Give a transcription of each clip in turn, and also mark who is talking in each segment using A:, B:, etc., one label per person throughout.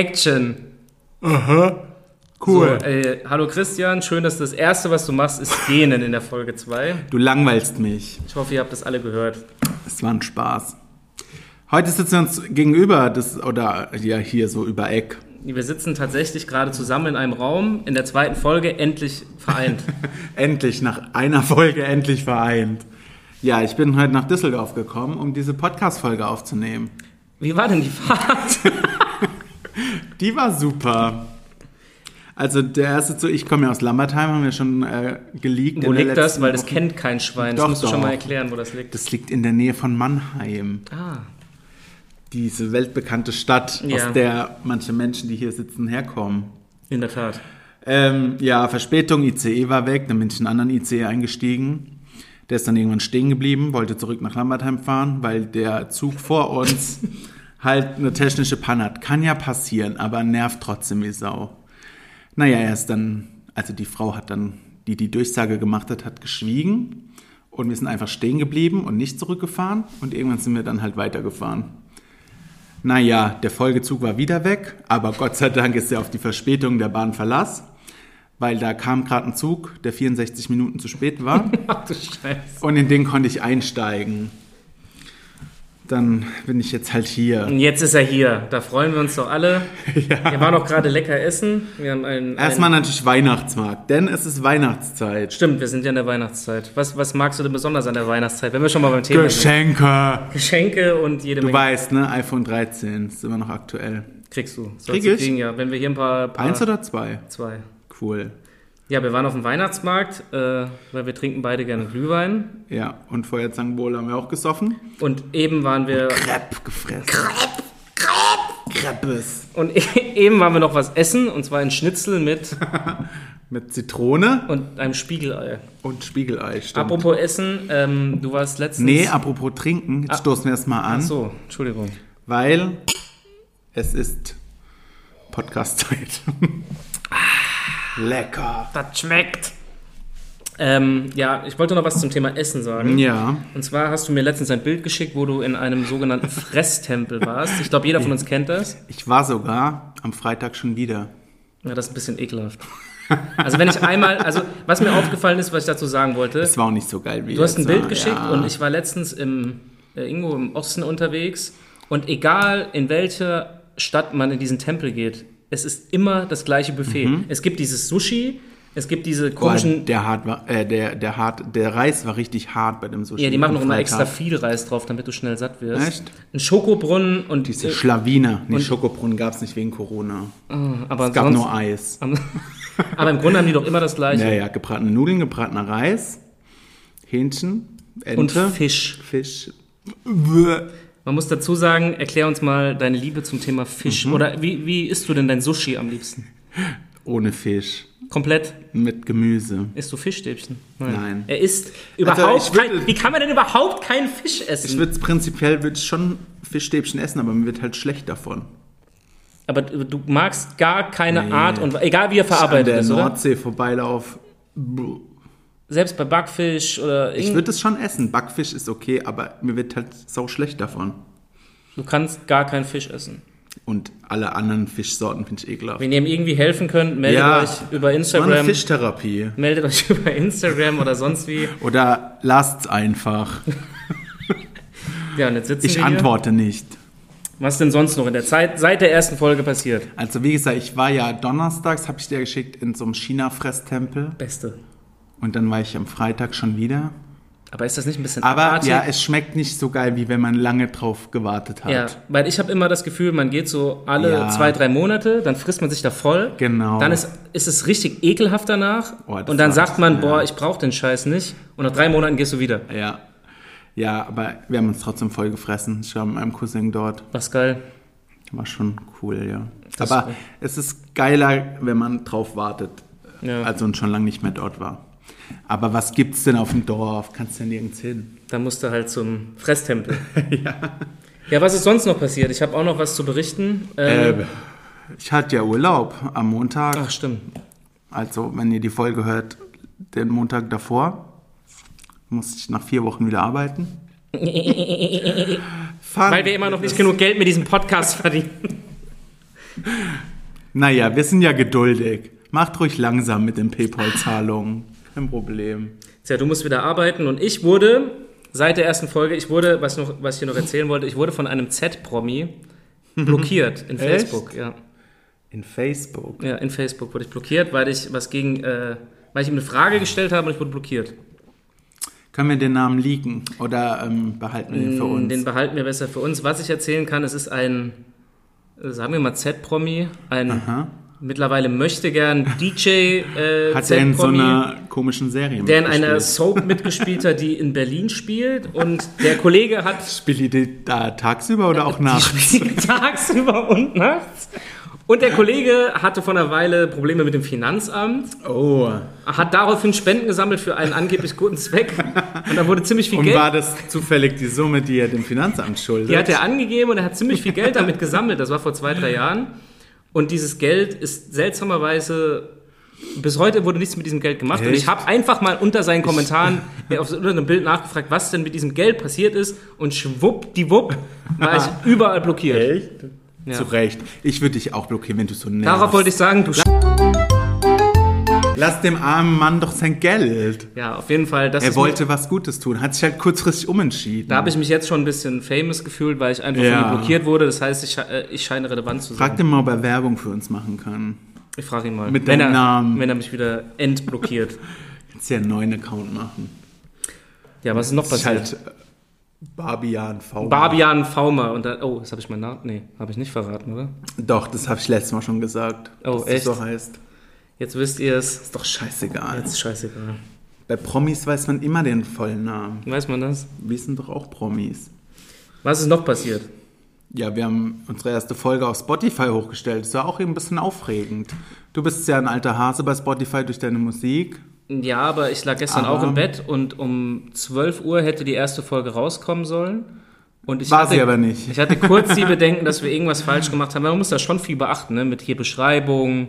A: Action.
B: Aha. Cool.
A: So, äh, hallo Christian, schön, dass das erste, was du machst, ist Gähnen in der Folge 2.
B: Du langweilst mich.
A: Ich hoffe, ihr habt das alle gehört.
B: Es war ein Spaß. Heute sitzen wir uns gegenüber, das, oder ja, hier so über Eck.
A: Wir sitzen tatsächlich gerade zusammen in einem Raum, in der zweiten Folge endlich vereint.
B: Endlich, nach einer Folge endlich vereint. Ja, ich bin heute nach Düsseldorf gekommen, um diese Podcast-Folge aufzunehmen.
A: Wie war denn die Fahrt?
B: Die war super. Also der erste Zug, ich komme ja aus Lambertheim, haben wir schon äh, geleakt.
A: Wo
B: in der
A: liegt das?
B: letzten
A: Weil das
B: Woche.
A: kennt kein Schwein.
B: Doch,
A: das musst du schon
B: doch.
A: mal erklären, wo das liegt.
B: Das liegt in der Nähe von Mannheim.
A: Ah,
B: Diese weltbekannte Stadt,
A: Ja.
B: aus der manche Menschen, die hier sitzen, herkommen.
A: in der Tat.
B: Ähm, ja, Verspätung, ICE war weg, dann bin ich in einen anderen ICE eingestiegen. Der ist dann irgendwann stehen geblieben, wollte zurück nach Lambertheim fahren, weil der Zug vor uns halt eine technische Panne hat. Kann ja passieren, aber nervt trotzdem wie Sau. Naja, er ist dann, also die Frau hat dann, die die Durchsage gemacht hat, hat geschwiegen und wir sind einfach stehen geblieben und nicht zurückgefahren und irgendwann sind wir dann halt weitergefahren. Naja, der Folgezug war wieder weg, aber Gott sei Dank ist er auf die Verspätung der Bahn Verlass, weil da kam gerade ein Zug, der 64 Minuten zu spät war
A: Ach du Scheiße.
B: und in den konnte ich einsteigen. Dann bin ich jetzt halt hier.
A: Und jetzt ist er hier. Da freuen wir uns doch alle. Wir waren doch gerade lecker essen. Wir haben einen,
B: Erstmal
A: einen
B: natürlich Weihnachtsmarkt, denn es ist Weihnachtszeit.
A: Stimmt, wir sind ja in der Weihnachtszeit. Was, was magst du denn besonders an der Weihnachtszeit, wenn wir schon mal beim Thema sind?
B: Geschenke!
A: Geschenke und jede
B: Du
A: Menge
B: weißt, ne? iPhone 13 ist immer noch aktuell.
A: kriegst du. Sollst
B: Krieg
A: du
B: ich?
A: kriegen, ja. Wenn wir hier ein paar, paar
B: Eins oder zwei?
A: zwei.
B: Cool.
A: Ja, wir waren auf dem Weihnachtsmarkt, äh, weil wir trinken beide gerne Glühwein.
B: Ja, und vorher Zangbowl haben wir auch gesoffen.
A: Und eben waren wir
B: Krepp gefressen. Krepp! Krepp! Kreppes.
A: und e- eben waren wir noch was essen und zwar ein Schnitzel mit
B: Mit Zitrone
A: und einem Spiegelei.
B: Und Spiegelei, stimmt.
A: Apropos Essen, ähm, du warst letztens.
B: nee, apropos trinken, jetzt stoßen wir erstmal an,
A: Ah. Ach so, Entschuldigung.
B: weil es ist Podcast-Zeit. Lecker.
A: Das schmeckt. Ähm, ja, ich wollte noch was zum Thema Essen sagen.
B: Ja,
A: Und zwar hast du mir letztens ein Bild geschickt, wo du in einem sogenannten Fresstempel warst. Ich glaube, jeder von uns kennt das.
B: ich war sogar am Freitag schon wieder.
A: Ja, das ist ein bisschen ekelhaft. Also wenn ich einmal, also was mir aufgefallen ist, was ich dazu sagen wollte,
B: Es war auch nicht so geil wie
A: du hast ein
B: jetzt,
A: Bild
B: ne?
A: geschickt
B: ja.
A: und ich war letztens im, äh, irgendwo im Osten unterwegs und egal in welche Stadt man in diesen Tempel geht, es ist immer das gleiche Buffet. Es gibt dieses Sushi, es gibt diese
B: Mhm. Boah,
A: komischen,
B: der, hart war, äh, der, der, hart, der Reis war richtig hart bei dem Sushi.
A: ja, die machen
B: am
A: noch immer
B: Freitag.
A: extra viel Reis drauf, damit du schnell satt wirst.
B: Echt?
A: Ein Schokobrunnen und
B: Diese
A: äh,
B: Schlawiner. Nee, Schokobrunnen gab es nicht wegen Corona.
A: aber
B: Es gab
A: sonst,
B: nur Eis.
A: aber im Grunde haben die doch immer das gleiche
B: Naja, gebratene Nudeln, gebratener Reis, Hähnchen, Ente.
A: und Fisch.
B: Fisch.
A: Man muss dazu sagen, erklär uns mal deine Liebe zum Thema Fisch.
B: Mhm.
A: Oder wie, wie isst du denn dein Sushi am liebsten?
B: Ohne Fisch.
A: Komplett?
B: Mit Gemüse.
A: Isst du Fischstäbchen?
B: Nein.
A: Er isst überhaupt
B: ich würde-
A: kein, Wie kann man denn überhaupt keinen Fisch
B: Ich
A: essen?
B: würde prinzipiell würd schon Fischstäbchen essen, aber mir wird halt schlecht davon.
A: Aber du magst gar keine
B: Nee.
A: Art und egal wie er
B: An
A: verarbeitet
B: der
A: ist, oder?
B: Nordsee vorbeilauf. Buh.
A: Selbst bei Backfisch oder
B: Ich
A: irgend-
B: würde es schon essen. Backfisch ist okay, aber mir wird halt sau schlecht davon.
A: du kannst gar keinen Fisch essen.
B: Und alle anderen Fischsorten finde ich ekelhaft.
A: Wenn ihr ihm irgendwie helfen könnt, meldet
B: Ja.
A: euch über
B: Mal eine
A: Instagram.
B: Fischtherapie.
A: Meldet euch über Instagram oder sonst wie.
B: Oder lasst's einfach.
A: Ja, und jetzt sitzen
B: Ich
A: wir hier.
B: antworte nicht.
A: Was ist denn sonst noch in der Zeit seit der ersten Folge passiert?
B: Also wie gesagt, ich war ja donnerstags, habe ich dir geschickt, in so einem China-Fresstempel.
A: Beste.
B: Und dann war ich am Freitag schon wieder.
A: Aber ist das nicht ein bisschen
B: Aber
A: abartig?
B: ja, es schmeckt nicht so geil, wie wenn man lange drauf gewartet hat.
A: Ja, weil ich habe immer das Gefühl, man geht so alle
B: Halt. Ja.
A: zwei, drei Monate, dann frisst man sich da voll.
B: Genau.
A: Dann ist, ist es richtig ekelhaft danach.
B: Oh, das
A: und dann
B: war-
A: sagt man,
B: ja.
A: boah, ich brauche den Scheiß nicht. Und nach drei Monaten gehst du wieder.
B: ja. Ja, aber wir haben uns trotzdem voll gefressen. Ich war mit meinem Cousin dort.
A: Was geil.
B: War schon cool, ja.
A: Das
B: aber
A: ist
B: es ist geiler, wenn man drauf wartet.
A: Ja.
B: Als und schon lange nicht mehr dort war. Aber was gibt's denn auf dem Dorf? Kannst du denn nirgends hin?
A: Dann musst du halt zum Fresstempel. ja. Ja, was ist sonst noch passiert? Ich habe auch noch was zu berichten. Ähm,
B: Äh, ich hatte ja Urlaub am Montag.
A: Ach, stimmt.
B: Also, wenn ihr die Folge hört, den Montag davor, musste ich nach vier Wochen wieder arbeiten.
A: Weil wir immer noch nicht genug Geld mit diesem Podcast verdienen.
B: Naja, wir sind ja geduldig. Macht ruhig langsam mit den PayPal-Zahlungen. Kein Problem.
A: Tja, du musst wieder arbeiten und ich wurde seit der ersten Folge, ich wurde, was, noch, was ich hier noch erzählen wollte, ich wurde von einem Z-Promi blockiert in
B: Echt?
A: Facebook. Ja.
B: In Facebook.
A: ja, in Facebook wurde ich blockiert, weil ich was gegen, äh, weil ich ihm eine Frage gestellt habe und ich wurde blockiert.
B: Können wir den Namen leaken oder ähm, behalten wir ihn für uns?
A: Mm, Den behalten wir besser für uns. Was ich erzählen kann, es ist ein, äh, sagen wir mal Z-Promi, ein
B: Aha.
A: mittlerweile möchte gern DJ äh,
B: Hat er in so
A: Z-Promi,
B: einer komischen Serie
A: der in einer
B: mitgespielt?
A: Soap mitgespielt hat, die in Berlin spielt und der Kollege hat
B: Spielt die da tagsüber oder auch nachts?
A: tagsüber und nachts. Und der Kollege hatte vor einer Weile Probleme mit dem Finanzamt,
B: Oh.
A: hat daraufhin Spenden gesammelt für einen angeblich guten Zweck und da wurde ziemlich viel
B: Und
A: Geld.
B: war das zufällig die Summe, die er dem Finanzamt schuldet?
A: Die hat er angegeben und er hat ziemlich viel Geld damit gesammelt. Das war vor zwei, drei Jahren. Und dieses Geld ist seltsamerweise. Bis heute wurde nichts mit diesem Geld gemacht. Und ich
B: Echt?
A: habe einfach mal unter seinen Kommentaren äh, auf so- unter einem Bild nachgefragt, was denn mit diesem Geld passiert ist. Und schwuppdiwupp war ich überall blockiert.
B: Echt? Zu Recht. Ich würde dich auch blockieren, wenn du so nervst.
A: Darauf wollte ich sagen, du. Sch
B: Lass dem armen Mann doch sein Geld.
A: ja, auf jeden Fall. Das
B: Er
A: ist
B: wollte was Gutes tun, hat sich halt kurzfristig umentschieden.
A: Da habe ich mich jetzt schon ein bisschen famous gefühlt, weil ich einfach von
B: Ja.
A: ihm blockiert wurde. Das heißt, ich, äh, ich scheine relevant zu sein.
B: Frag den mal, ob er Werbung für uns machen kann.
A: Ich frage ihn mal,
B: Mit
A: wenn,
B: deinem
A: er,
B: Namen.
A: wenn er mich wieder entblockiert.
B: Kannst dir einen neuen Account machen.
A: Ja, was ist noch
B: Das ist
A: passiert?
B: halt äh, Barbian V.
A: Barbian Faumer und dann, oh, jetzt habe ich meinen Namen, nee, habe ich nicht verraten, oder?
B: Doch, das habe ich letztes Mal schon gesagt.
A: Oh,
B: dass das
A: echt?
B: so heißt.
A: Jetzt wisst ihr es.
B: Ist doch scheißegal.
A: Jetzt ist scheißegal.
B: Bei Promis weiß man immer den vollen Namen.
A: Weiß man das?
B: Wir sind doch auch Promis.
A: Was ist noch passiert?
B: Ja, wir haben unsere erste Folge auf Spotify hochgestellt. Das war auch eben ein bisschen aufregend. Du bist ja ein alter Hase bei Spotify durch deine Musik.
A: Ja, aber ich lag gestern
B: Aber-
A: auch im Bett und um 12 Uhr hätte die erste Folge rauskommen sollen. Und ich
B: War
A: hatte,
B: sie aber nicht.
A: Ich hatte kurz die Bedenken, dass wir irgendwas falsch gemacht haben. weil Man muss da schon viel beachten, ne? Mit hier
B: Mhm.
A: Beschreibung,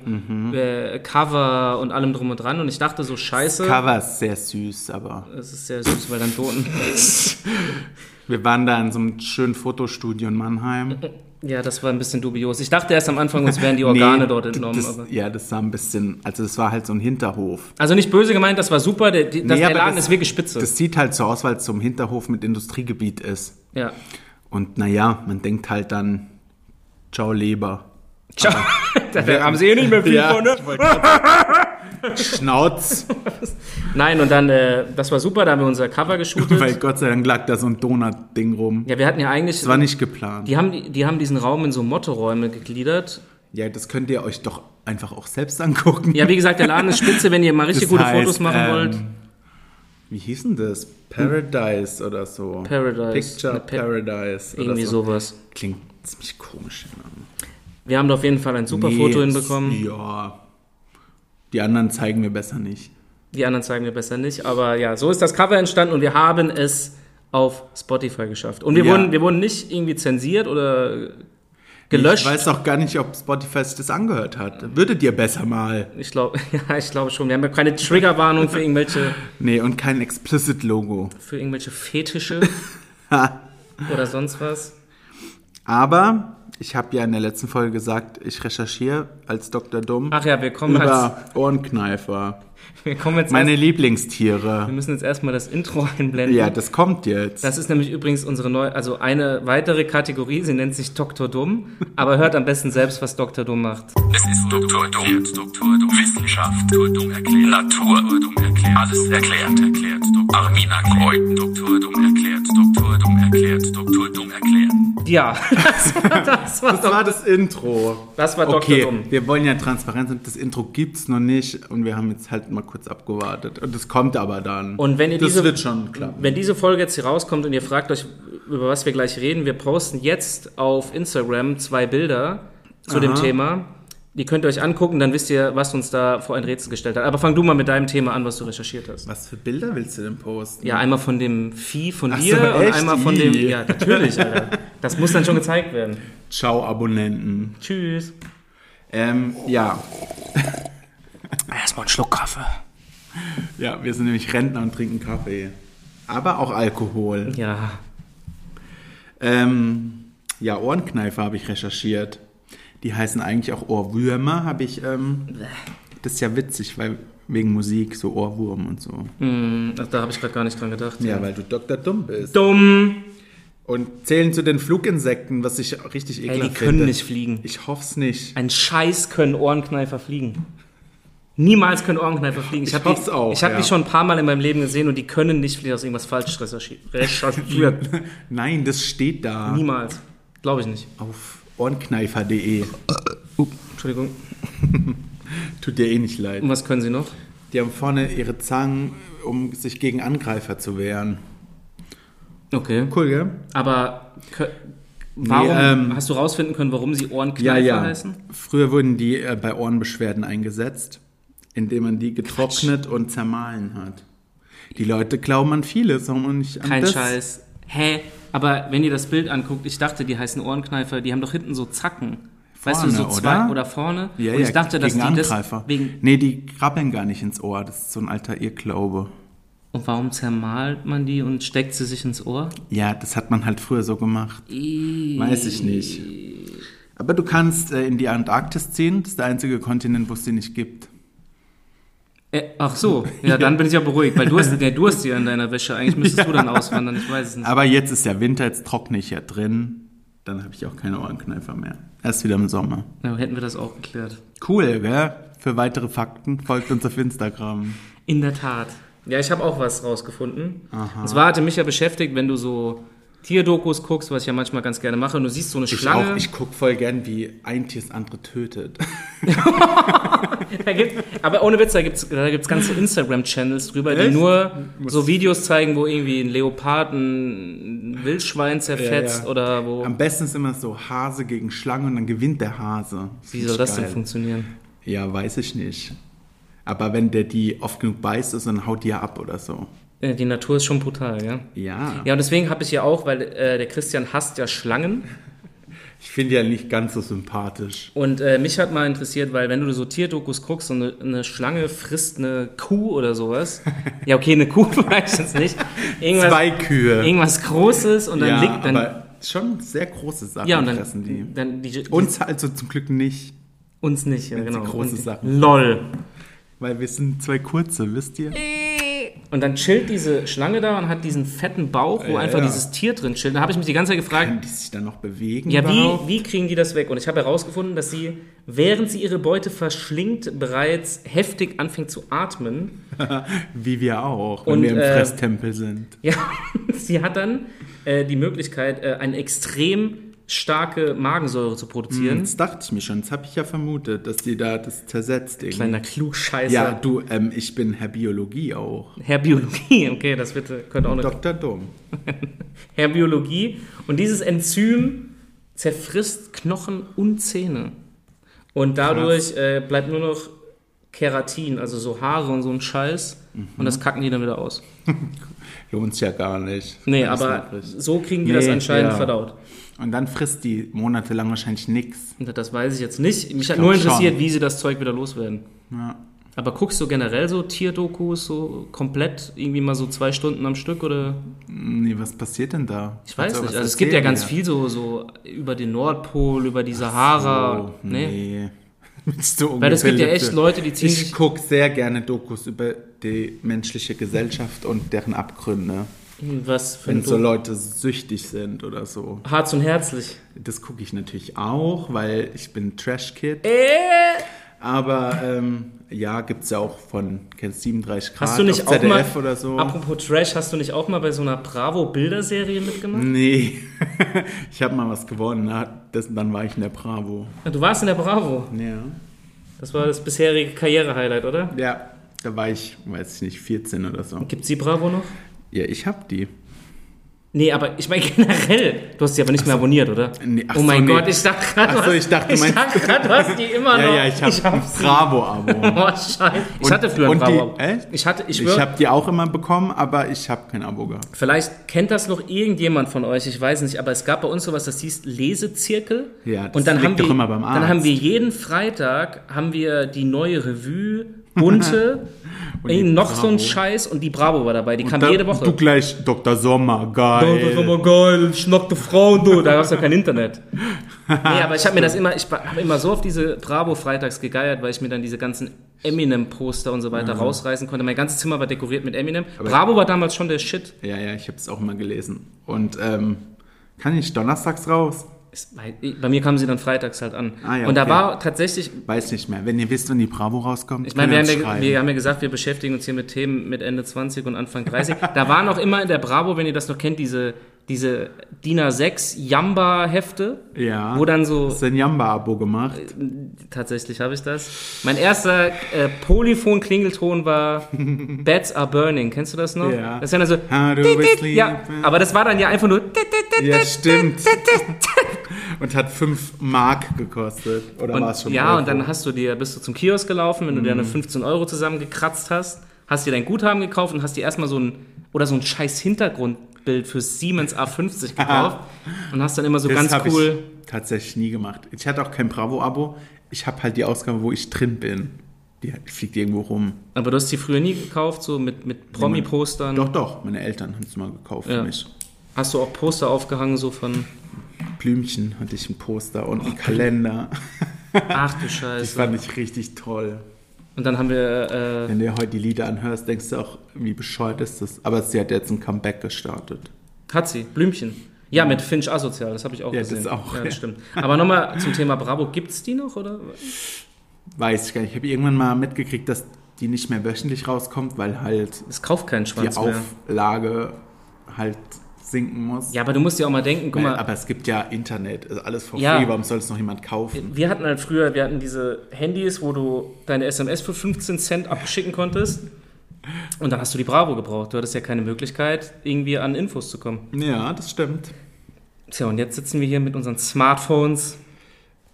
A: äh, Cover und allem drum und dran. Und ich dachte so, scheiße.
B: Cover ist sehr süß, aber
A: das ist sehr süß, weil dann Toten.
B: wir waren da in so einem schönen Fotostudio in Mannheim.
A: Ja, das war ein bisschen dubios. Ich dachte erst am Anfang, uns wären die Organe
B: Nee,
A: dort
B: d-
A: entnommen.
B: Das,
A: aber
B: ja, das war ein bisschen, also das war halt so ein Hinterhof.
A: Also nicht böse gemeint, das war super. Der, die, das,
B: Nee,
A: der
B: aber
A: Laden
B: das-
A: ist wirklich spitze.
B: Das sieht halt so aus, weil es so ein Hinterhof mit Industriegebiet ist.
A: ja.
B: Und naja, man denkt halt dann, ciao Leber.
A: Ciao. da haben sie eh nicht mehr viel von, ne?
B: Schnauz,
A: Nein, und dann, äh, das war super, da haben wir unser Cover
B: weil
A: geshootet.
B: Gott sei Dank lag da so ein Donut-Ding rum.
A: Ja, wir hatten ja eigentlich,
B: Das war nicht geplant.
A: die, haben, die haben diesen Raum in so Mottoräume gegliedert.
B: Ja, das könnt ihr euch doch einfach auch selbst angucken.
A: Ja, wie gesagt, der Laden ist spitze, wenn ihr mal richtig
B: Das
A: gute
B: heißt,
A: Fotos machen
B: ähm,
A: wollt.
B: Wie hieß denn das? Paradise oder so.
A: Paradise. Ne,
B: Picture
A: Pa-
B: Paradise. Oder
A: Irgendwie
B: so.
A: sowas.
B: Klingt ziemlich komisch. der Name.
A: Wir haben da auf jeden Fall ein super
B: Nee,
A: Foto
B: das-
A: hinbekommen.
B: Ja. Die anderen zeigen wir besser nicht.
A: Die anderen zeigen wir besser nicht. Aber ja, so ist das Cover entstanden und wir haben es auf Spotify geschafft. Und wir,
B: Ja.
A: wurden, wir wurden nicht irgendwie zensiert oder gelöscht.
B: Ich weiß auch gar nicht, ob Spotify sich das angehört hat. Würdet ihr besser mal.
A: Ich glaube, ja, ich glaube schon. Wir haben ja keine Triggerwarnung für irgendwelche,
B: Nee, und kein Explicit-Logo.
A: für irgendwelche Fetische oder sonst was.
B: Aber ich habe ja in der letzten Folge gesagt, ich recherchiere als Dr. Dumm
A: Ach ja, wir kommen, als,
B: über Ohrenkneifer.
A: wir kommen jetzt
B: Meine
A: erst,
B: Lieblingstiere.
A: wir müssen jetzt erstmal das Intro einblenden.
B: Ja, das kommt jetzt.
A: Das ist nämlich übrigens unsere neue, also eine weitere Kategorie. Sie nennt sich Dr. Dumm, aber hört am besten selbst, was Dr. Dumm macht.
C: Es ist Doktor Dumm. Jetzt Doktor Dumm. Wissenschaft. Doktor Dumm erklärt. Natur. Doktor Dumm erklärt. Alles erklärt. Erklärt. Doktor Armina Kreuten. Doktor Dumm erklärt. Doktor Dumm erklärt. Doktor Dumm erklärt.
A: Ja, das war, das war,
B: Das
A: Dok-
B: war das Intro.
A: Das war Dr.
B: Okay,
A: Dumm.
B: wir wollen ja Transparenz und das Intro gibt's noch nicht und wir haben jetzt halt mal kurz abgewartet. Und das kommt aber dann.
A: Und wenn ihr
B: das
A: diese-
B: wird schon klappen.
A: Wenn diese Folge jetzt hier rauskommt und ihr fragt euch, über was wir gleich reden, wir posten jetzt auf Instagram zwei Bilder zu dem Thema. Die könnt ihr euch angucken, dann wisst ihr, was uns da vor ein Rätsel gestellt hat. Aber fang du mal mit deinem Thema an, was du recherchiert hast.
B: Was für Bilder willst du denn posten?
A: Ja, einmal von dem Vieh von
B: Ach
A: dir
B: so,
A: und
B: echt?
A: einmal von dem.
B: Ih.
A: Ja, natürlich, Alter. Das muss dann schon gezeigt werden.
B: Ciao, Abonnenten.
A: Tschüss.
B: Ähm, ja.
A: Erstmal einen Schluck Kaffee.
B: Ja, wir sind nämlich Rentner und trinken Kaffee. Aber auch Alkohol.
A: Ja.
B: Ähm, ja, Ohrenkneifer habe ich recherchiert. Die heißen eigentlich auch Ohrwürmer, habe ich. Ähm, das ist ja witzig, weil wegen Musik, so Ohrwurm und so.
A: Hm, ach, da habe ich gerade gar nicht dran gedacht.
B: Ja, weil du Dr. Dumm bist.
A: Dumm!
B: Und zählen zu den Fluginsekten, was ich richtig
A: Ey,
B: ekelhaft
A: die können
B: finde.
A: nicht fliegen.
B: Ich hoffe es nicht.
A: Ein Scheiß können Ohrenkneifer fliegen. Niemals können Ohrenkneifer fliegen. Ich,
B: Ich
A: habe die,
B: hoff's auch,
A: ich hab
B: ja.
A: die schon ein paar Mal in meinem Leben gesehen und die können nicht fliegen, aus irgendwas falsch recherchi- recherchiert.
B: Nein, das steht da
A: Niemals. Glaube ich nicht.
B: auf ohrenkneifer.de.
A: Entschuldigung.
B: Tut dir eh nicht leid.
A: Und was können sie noch?
B: Die haben vorne ihre Zangen, um sich gegen Angreifer zu wehren.
A: Okay.
B: Cool, gell?
A: Aber kö- warum
B: ähm,
A: hast du rausfinden können, warum sie Ohrenkneifer
B: Ja, ja.
A: heißen?
B: Früher wurden die äh, bei Ohrenbeschwerden eingesetzt, indem man die getrocknet und zermahlen hat. Die Leute glauben an vieles, warum auch nicht an
A: Kein
B: das?
A: Scheiß. Hä? Aber wenn ihr das Bild anguckt, ich dachte, die heißen Ohrenkneifer, die haben doch hinten so Zacken. weißt du, so
B: Vorne,
A: zwei
B: oder?
A: oder vorne.
B: Ja,
A: und
B: ja,
A: ich dachte, dass
B: gegen
A: die
B: Angreifer.
A: das wegen.
B: nee, die krabbeln gar nicht ins Ohr. Das ist so ein alter Irrglaube.
A: Und warum zermalt man die und steckt sie sich ins Ohr?
B: Ja, das hat man halt früher so gemacht.
A: Ihhh.
B: Weiß ich nicht. Aber du kannst äh, in die Antarktis ziehen. Das ist der einzige Kontinent, wo es die nicht gibt.
A: Äh, ach so, ja, dann bin ich ja beruhigt, weil du hast, ja, du hast die ja in deiner Wäsche. Eigentlich müsstest du dann auswandern, ich weiß es nicht.
B: Aber jetzt ist ja Winter, jetzt trockne ich ja drin. Dann habe ich auch keine Ohrenkneifer mehr. Erst wieder im Sommer.
A: Ja, hätten wir das auch geklärt.
B: Cool, gell? Für weitere Fakten folgt uns auf Instagram.
A: In der Tat. Ja, ich habe auch was rausgefunden. Und zwar hatte mich ja beschäftigt, wenn du so Tierdokus guckst, was ich ja manchmal ganz gerne mache, und du siehst so eine Schlange.
B: gucke voll gern, wie ein Tier das andere tötet.
A: Da gibt, aber ohne Witz, da gibt es da gibt's ganze Instagram-Channels drüber, die
B: Echt?
A: nur so Videos zeigen, wo irgendwie ein Leopard ein Wildschwein zerfetzt
B: Ja, ja.
A: oder wo.
B: Am besten ist immer so Hase gegen Schlange und dann gewinnt der Hase.
A: Wie
B: Find
A: soll
B: ich
A: das denn
B: geil.
A: funktionieren?
B: Ja, weiß ich nicht. Aber wenn der die oft genug beißt, ist, dann haut die ja ab oder so.
A: Äh, Die Natur ist schon brutal, ja.
B: Ja.
A: Ja, und deswegen habe ich ja auch, weil äh, der Christian hasst ja Schlangen.
B: Ich finde die ja nicht ganz so sympathisch.
A: Und äh, mich hat mal interessiert, weil wenn du so Tierdokus guckst und eine, eine Schlange frisst eine Kuh oder sowas. Ja, okay, eine Kuh weiß jetzt nicht. Irgendwas,
B: Zwei Kühe.
A: irgendwas Großes und dann
B: ja,
A: liegt dann.
B: aber schon sehr große Sachen
A: ja, und dann,
B: fressen die.
A: dann die,
B: Uns also zum Glück nicht,
A: Uns nicht, ja,
B: Wenn sie
A: genau.
B: große
A: Und-
B: Sachen-
A: LOL.
B: weil wir sind zwei kurze, wisst ihr?
A: Und dann chillt diese Schlange da und hat diesen fetten Bauch, wo
B: Ja,
A: einfach
B: ja.
A: dieses Tier drin chillt. Da habe ich mich die ganze Zeit
B: Können
A: gefragt,
B: die sich dann noch bewegen?
A: ja, wie,
B: überhaupt?
A: wie kriegen die das weg? Und ich habe herausgefunden, dass sie, während sie ihre Beute verschlingt, bereits heftig anfängt zu atmen.
B: Wie wir auch, wenn
A: Und,
B: wir im
A: äh,
B: Fresstempel sind.
A: Ja, sie hat dann äh, die Möglichkeit, äh, eine extrem starke Magensäure zu produzieren.
B: Das dachte ich mir schon, das habe ich ja vermutet, dass die da das zersetzt irgendwie.
A: Kleiner Klugscheißer.
B: ja, du, ähm, ich bin Herr Biologie auch.
A: Herr Biologie, okay, das bitte, könnte auch eine
B: Dr. Dumm.
A: Herr Biologie. Und dieses Enzym zerfrisst Knochen und Zähne. Und dadurch äh, bleibt nur noch Keratin, also so Haare und so ein Scheiß. Und
B: Mhm.
A: das kacken die dann wieder aus.
B: Lohnt sich ja gar nicht.
A: Nee,
B: Alles
A: aber
B: möglich.
A: so kriegen die das
B: Nee,
A: anscheinend
B: ja.
A: verdaut.
B: Und dann frisst die monatelang wahrscheinlich nichts.
A: Und Das weiß ich jetzt nicht. Mich hat
B: glaub
A: nur interessiert,
B: schon.
A: wie sie das Zeug wieder loswerden.
B: Ja.
A: Aber guckst du generell so Tierdokus, so komplett irgendwie mal so zwei Stunden am Stück oder?
B: Nee, was passiert denn da?
A: Ich weiß nicht. Also es gibt ja ganz viel so, so über den Nordpol, über die Sahara.
B: Oh,
A: nee.
B: nee. Bist du
A: ne? Weil es gibt ja
B: ungebildet.
A: echt Leute, die ziehen
B: Ich
A: sich
B: gucke sehr gerne Dokus über die menschliche Gesellschaft und deren Abgründe.
A: Was für
B: Wenn
A: ein
B: so
A: Dumm.
B: Leute süchtig sind oder so.
A: Harz und herzlich.
B: Das gucke ich natürlich auch, weil ich bin Trash-Kid. Aber ähm, ja, gibt es ja auch von, kennst 37 Grad
A: Hast du nicht
B: auf
A: auch mal,
B: ZDF oder so?
A: apropos Trash, hast du nicht auch mal bei so einer Bravo-Bilderserie mitgemacht?
B: Nee, ich habe mal was gewonnen. na, Das, dann war ich in der Bravo.
A: Du warst in der Bravo.
B: Ja.
A: Das war das bisherige Karriere-Highlight, oder?
B: ja, da war ich, weiß ich nicht, 14 oder so.
A: Gibt's die Bravo noch?
B: Ja, ich habe die.
A: Nee, aber ich meine generell. Du hast die aber nicht mehr abonniert, oder?
B: Nee, ach
A: oh mein
B: so, nee.
A: Gott, ich dachte gerade,
B: Ach so, ich dachte, du
A: ich
B: meinst-
A: dachte grad, du hast die immer
B: Ja,
A: noch.
B: ja, ich habe ein
A: sie.
B: Bravo-Abo.
A: Oh, scheiße. Ich
B: Und-
A: hatte früher ein
B: und die-
A: Bravo.
B: echt?
A: Ich hatte, ich,
B: Ich,
A: schwör-
B: habe die auch immer bekommen, aber ich habe kein Abo gehabt.
A: Vielleicht kennt das noch irgendjemand von euch, ich weiß nicht, aber es gab bei uns sowas, das hieß Lesezirkel.
B: Ja, das
A: und dann
B: liegt
A: haben wir,
B: doch immer beim
A: Dann
B: Arzt.
A: haben wir jeden Freitag haben wir die neue Revue, bunte,
B: die
A: äh, noch so ein
B: Bravo.
A: Scheiß und die Bravo war dabei, die kam
B: Da-
A: jede Woche.
B: Du gleich Dr. Sommer, geil.
A: geil, schnackte Frauen, du. Da gab es ja kein Internet. Nee, aber ich habe mir das immer, ich habe immer so auf diese Bravo freitags gegeiert, weil ich mir dann diese ganzen Eminem-Poster und so weiter rausreißen konnte. Mein ganzes Zimmer war dekoriert mit Eminem. Bravo war damals schon der Shit.
B: Ja, ja, ich habe es auch mal gelesen. Und ähm, kann ich donnerstags raus?
A: Es- Bei bei mir kamen sie dann freitags halt an.
B: Ah, ja,
A: und da
B: okay.
A: war tatsächlich,
B: Weiß nicht mehr. Wenn ihr wisst, wann die Bravo rauskommt,
A: ich meine, wir,
B: könnt ihr
A: haben
B: uns
A: ja,
B: schreiben.
A: wir haben ja gesagt, wir beschäftigen uns hier mit Themen mit Ende 20 und Anfang 30. da waren auch immer in der Bravo, wenn ihr das noch kennt, diese, diese DIN A6 Jamba-Hefte,
B: ja.
A: wo dann so
B: Hast du ein Jamba-Abo gemacht?
A: Äh, Tatsächlich habe ich das. Mein erster äh, Polyphon-Klingelton war Bats Are Burning. Kennst du das noch?
B: Ja.
A: Das ist ja dann so.
B: How do we sleep?
A: Ja, aber das war dann ja einfach nur.
B: Ja, stimmt. und hat 5 Mark gekostet. Oder war es schon
A: Und, ja,
B: Euro?
A: und dann hast du dir, bist du zum Kiosk gelaufen, wenn du dir
B: Mhm.
A: eine 15 Euro zusammengekratzt hast, hast dir dein Guthaben gekauft und hast dir erstmal so ein oder so ein scheiß Hintergrundbild für Siemens A50 gekauft und hast dann immer so
B: das
A: ganz
B: hab
A: cool.
B: Ich tatsächlich nie gemacht. Ich hatte auch kein Bravo-Abo. Ich habe halt die Ausgabe, wo ich drin bin. Die fliegt irgendwo rum.
A: Aber du hast die früher nie gekauft, so mit, mit Promi-Postern.
B: Doch, doch, meine Eltern haben es mal gekauft
A: Ja.
B: für mich.
A: Hast du auch Poster aufgehangen, so von.
B: Blümchen hatte ich ein Poster und einen Kalender.
A: Ach du
B: Das
A: Scheiße.
B: fand ich richtig toll.
A: Und dann haben wir. Äh,
B: Wenn du heute die Lieder anhörst, denkst du auch, wie bescheuert ist das. Aber sie hat jetzt ein Comeback gestartet.
A: Hat sie, Blümchen. Ja, mit Finch Asozial, das habe ich auch
B: Ja, das
A: gesehen.
B: auch,
A: ja,
B: ja.
A: das stimmt. Aber nochmal zum Thema Bravo, gibt es die noch? Oder?
B: Weiß ich gar nicht. Ich habe irgendwann mal mitgekriegt, dass die nicht mehr wöchentlich rauskommt, weil halt
A: Es kauft keinen
B: die
A: Schwanz mehr.
B: Auflage halt sinken muss.
A: Ja, aber du musst ja auch mal denken, guck
B: Weil,
A: mal,
B: aber es gibt ja Internet, also alles for
A: Ja.
B: free, warum soll es noch jemand kaufen?
A: wir hatten halt früher, wir hatten diese Handys, wo du deine SMS für 15 Cent abschicken konntest. Und dann hast du die Bravo gebraucht. Du hattest ja keine Möglichkeit, irgendwie an Infos zu kommen.
B: Ja, das stimmt.
A: Tja, und jetzt sitzen wir hier mit unseren Smartphones.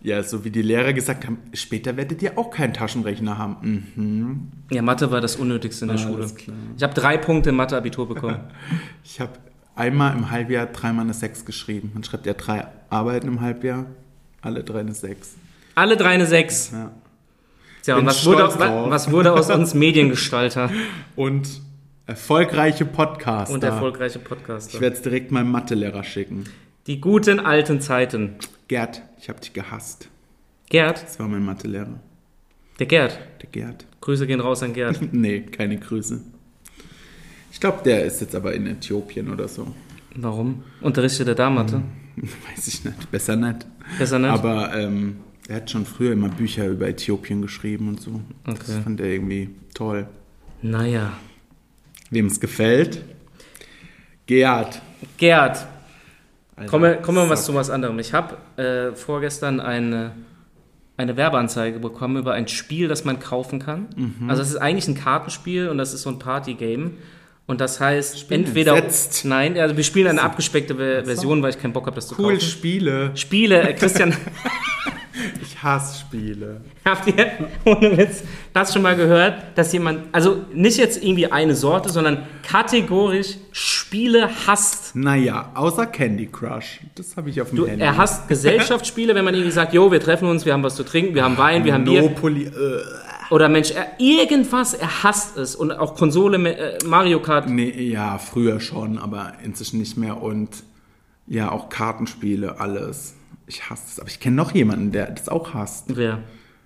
B: Ja, so wie die Lehrer gesagt haben, später werdet ihr auch keinen Taschenrechner haben. Mhm.
A: Ja, Mathe war das Unnötigste in der Schule.
B: Ah, Alles klar.
A: Ich habe drei Punkte im Mathe-Abitur bekommen.
B: Ich habe einmal im Halbjahr dreimal eine Sechs geschrieben. Man schreibt ja drei Arbeiten im Halbjahr, alle drei eine Sechs.
A: Alle drei eine Sechs.
B: Ja.
A: Tja, und
B: Bin
A: was wurde,
B: stolz
A: wa-
B: drauf.
A: was wurde aus uns Mediengestalter
B: Und erfolgreiche Podcaster.
A: und erfolgreiche
B: Ich
A: Podcaster?
B: werde es direkt meinem Mathelehrer schicken.
A: Die guten alten Zeiten.
B: Gerd, ich habe dich gehasst.
A: Gerd,
B: Das war mein Mathelehrer,
A: der Gerd.
B: der Gerd.
A: Grüße gehen raus an Gerd.
B: Nee, keine Grüße. Ich glaube, der ist jetzt aber in Äthiopien oder so.
A: Warum? Unterrichtet er da Mathe?
B: Weiß ich nicht, besser nicht.
A: Besser nicht.
B: Hm. Aber ähm, er hat schon früher immer Bücher über Äthiopien geschrieben und so.
A: Okay.
B: Das fand er irgendwie toll.
A: naja.
B: Wem es gefällt? Gerd.
A: Gerd,
B: Alter,
A: kommen wir, kommen wir mal was
B: so-
A: zu was anderem. Ich habe äh, vorgestern eine, eine Werbeanzeige bekommen über ein Spiel, das man kaufen kann.
B: Mhm.
A: Also es ist eigentlich ein Kartenspiel und das ist so ein Partygame. Und das heißt, entweder.
B: entsetzt.
A: Nein, also wir spielen eine abgespeckte Ver- Version, weil ich keinen Bock habe, das zu
B: Cool,
A: kaufen.
B: Spiele.
A: Spiele, äh, Christian.
B: Ich hasse Spiele.
A: Habt ihr, ohne Witz, das schon mal gehört, dass jemand, also nicht jetzt irgendwie eine Sorte, sondern kategorisch Spiele hasst?
B: Naja, außer Candy Crush. Das habe ich auf dem
A: Du,
B: Handy.
A: er hasst Gesellschaftsspiele, wenn man irgendwie sagt, jo, wir treffen uns, wir haben was zu trinken, wir haben Wein, wir haben Bier.
B: Monopoly. Äh,
A: Oder Mensch, er, irgendwas, er hasst es. Und auch Konsole, äh, Mario Kart.
B: nee, ja, früher schon, aber inzwischen nicht mehr. Und ja, auch Kartenspiele, alles. Ich hasse es. Aber ich kenne noch jemanden, der das auch hasst.
A: Wer?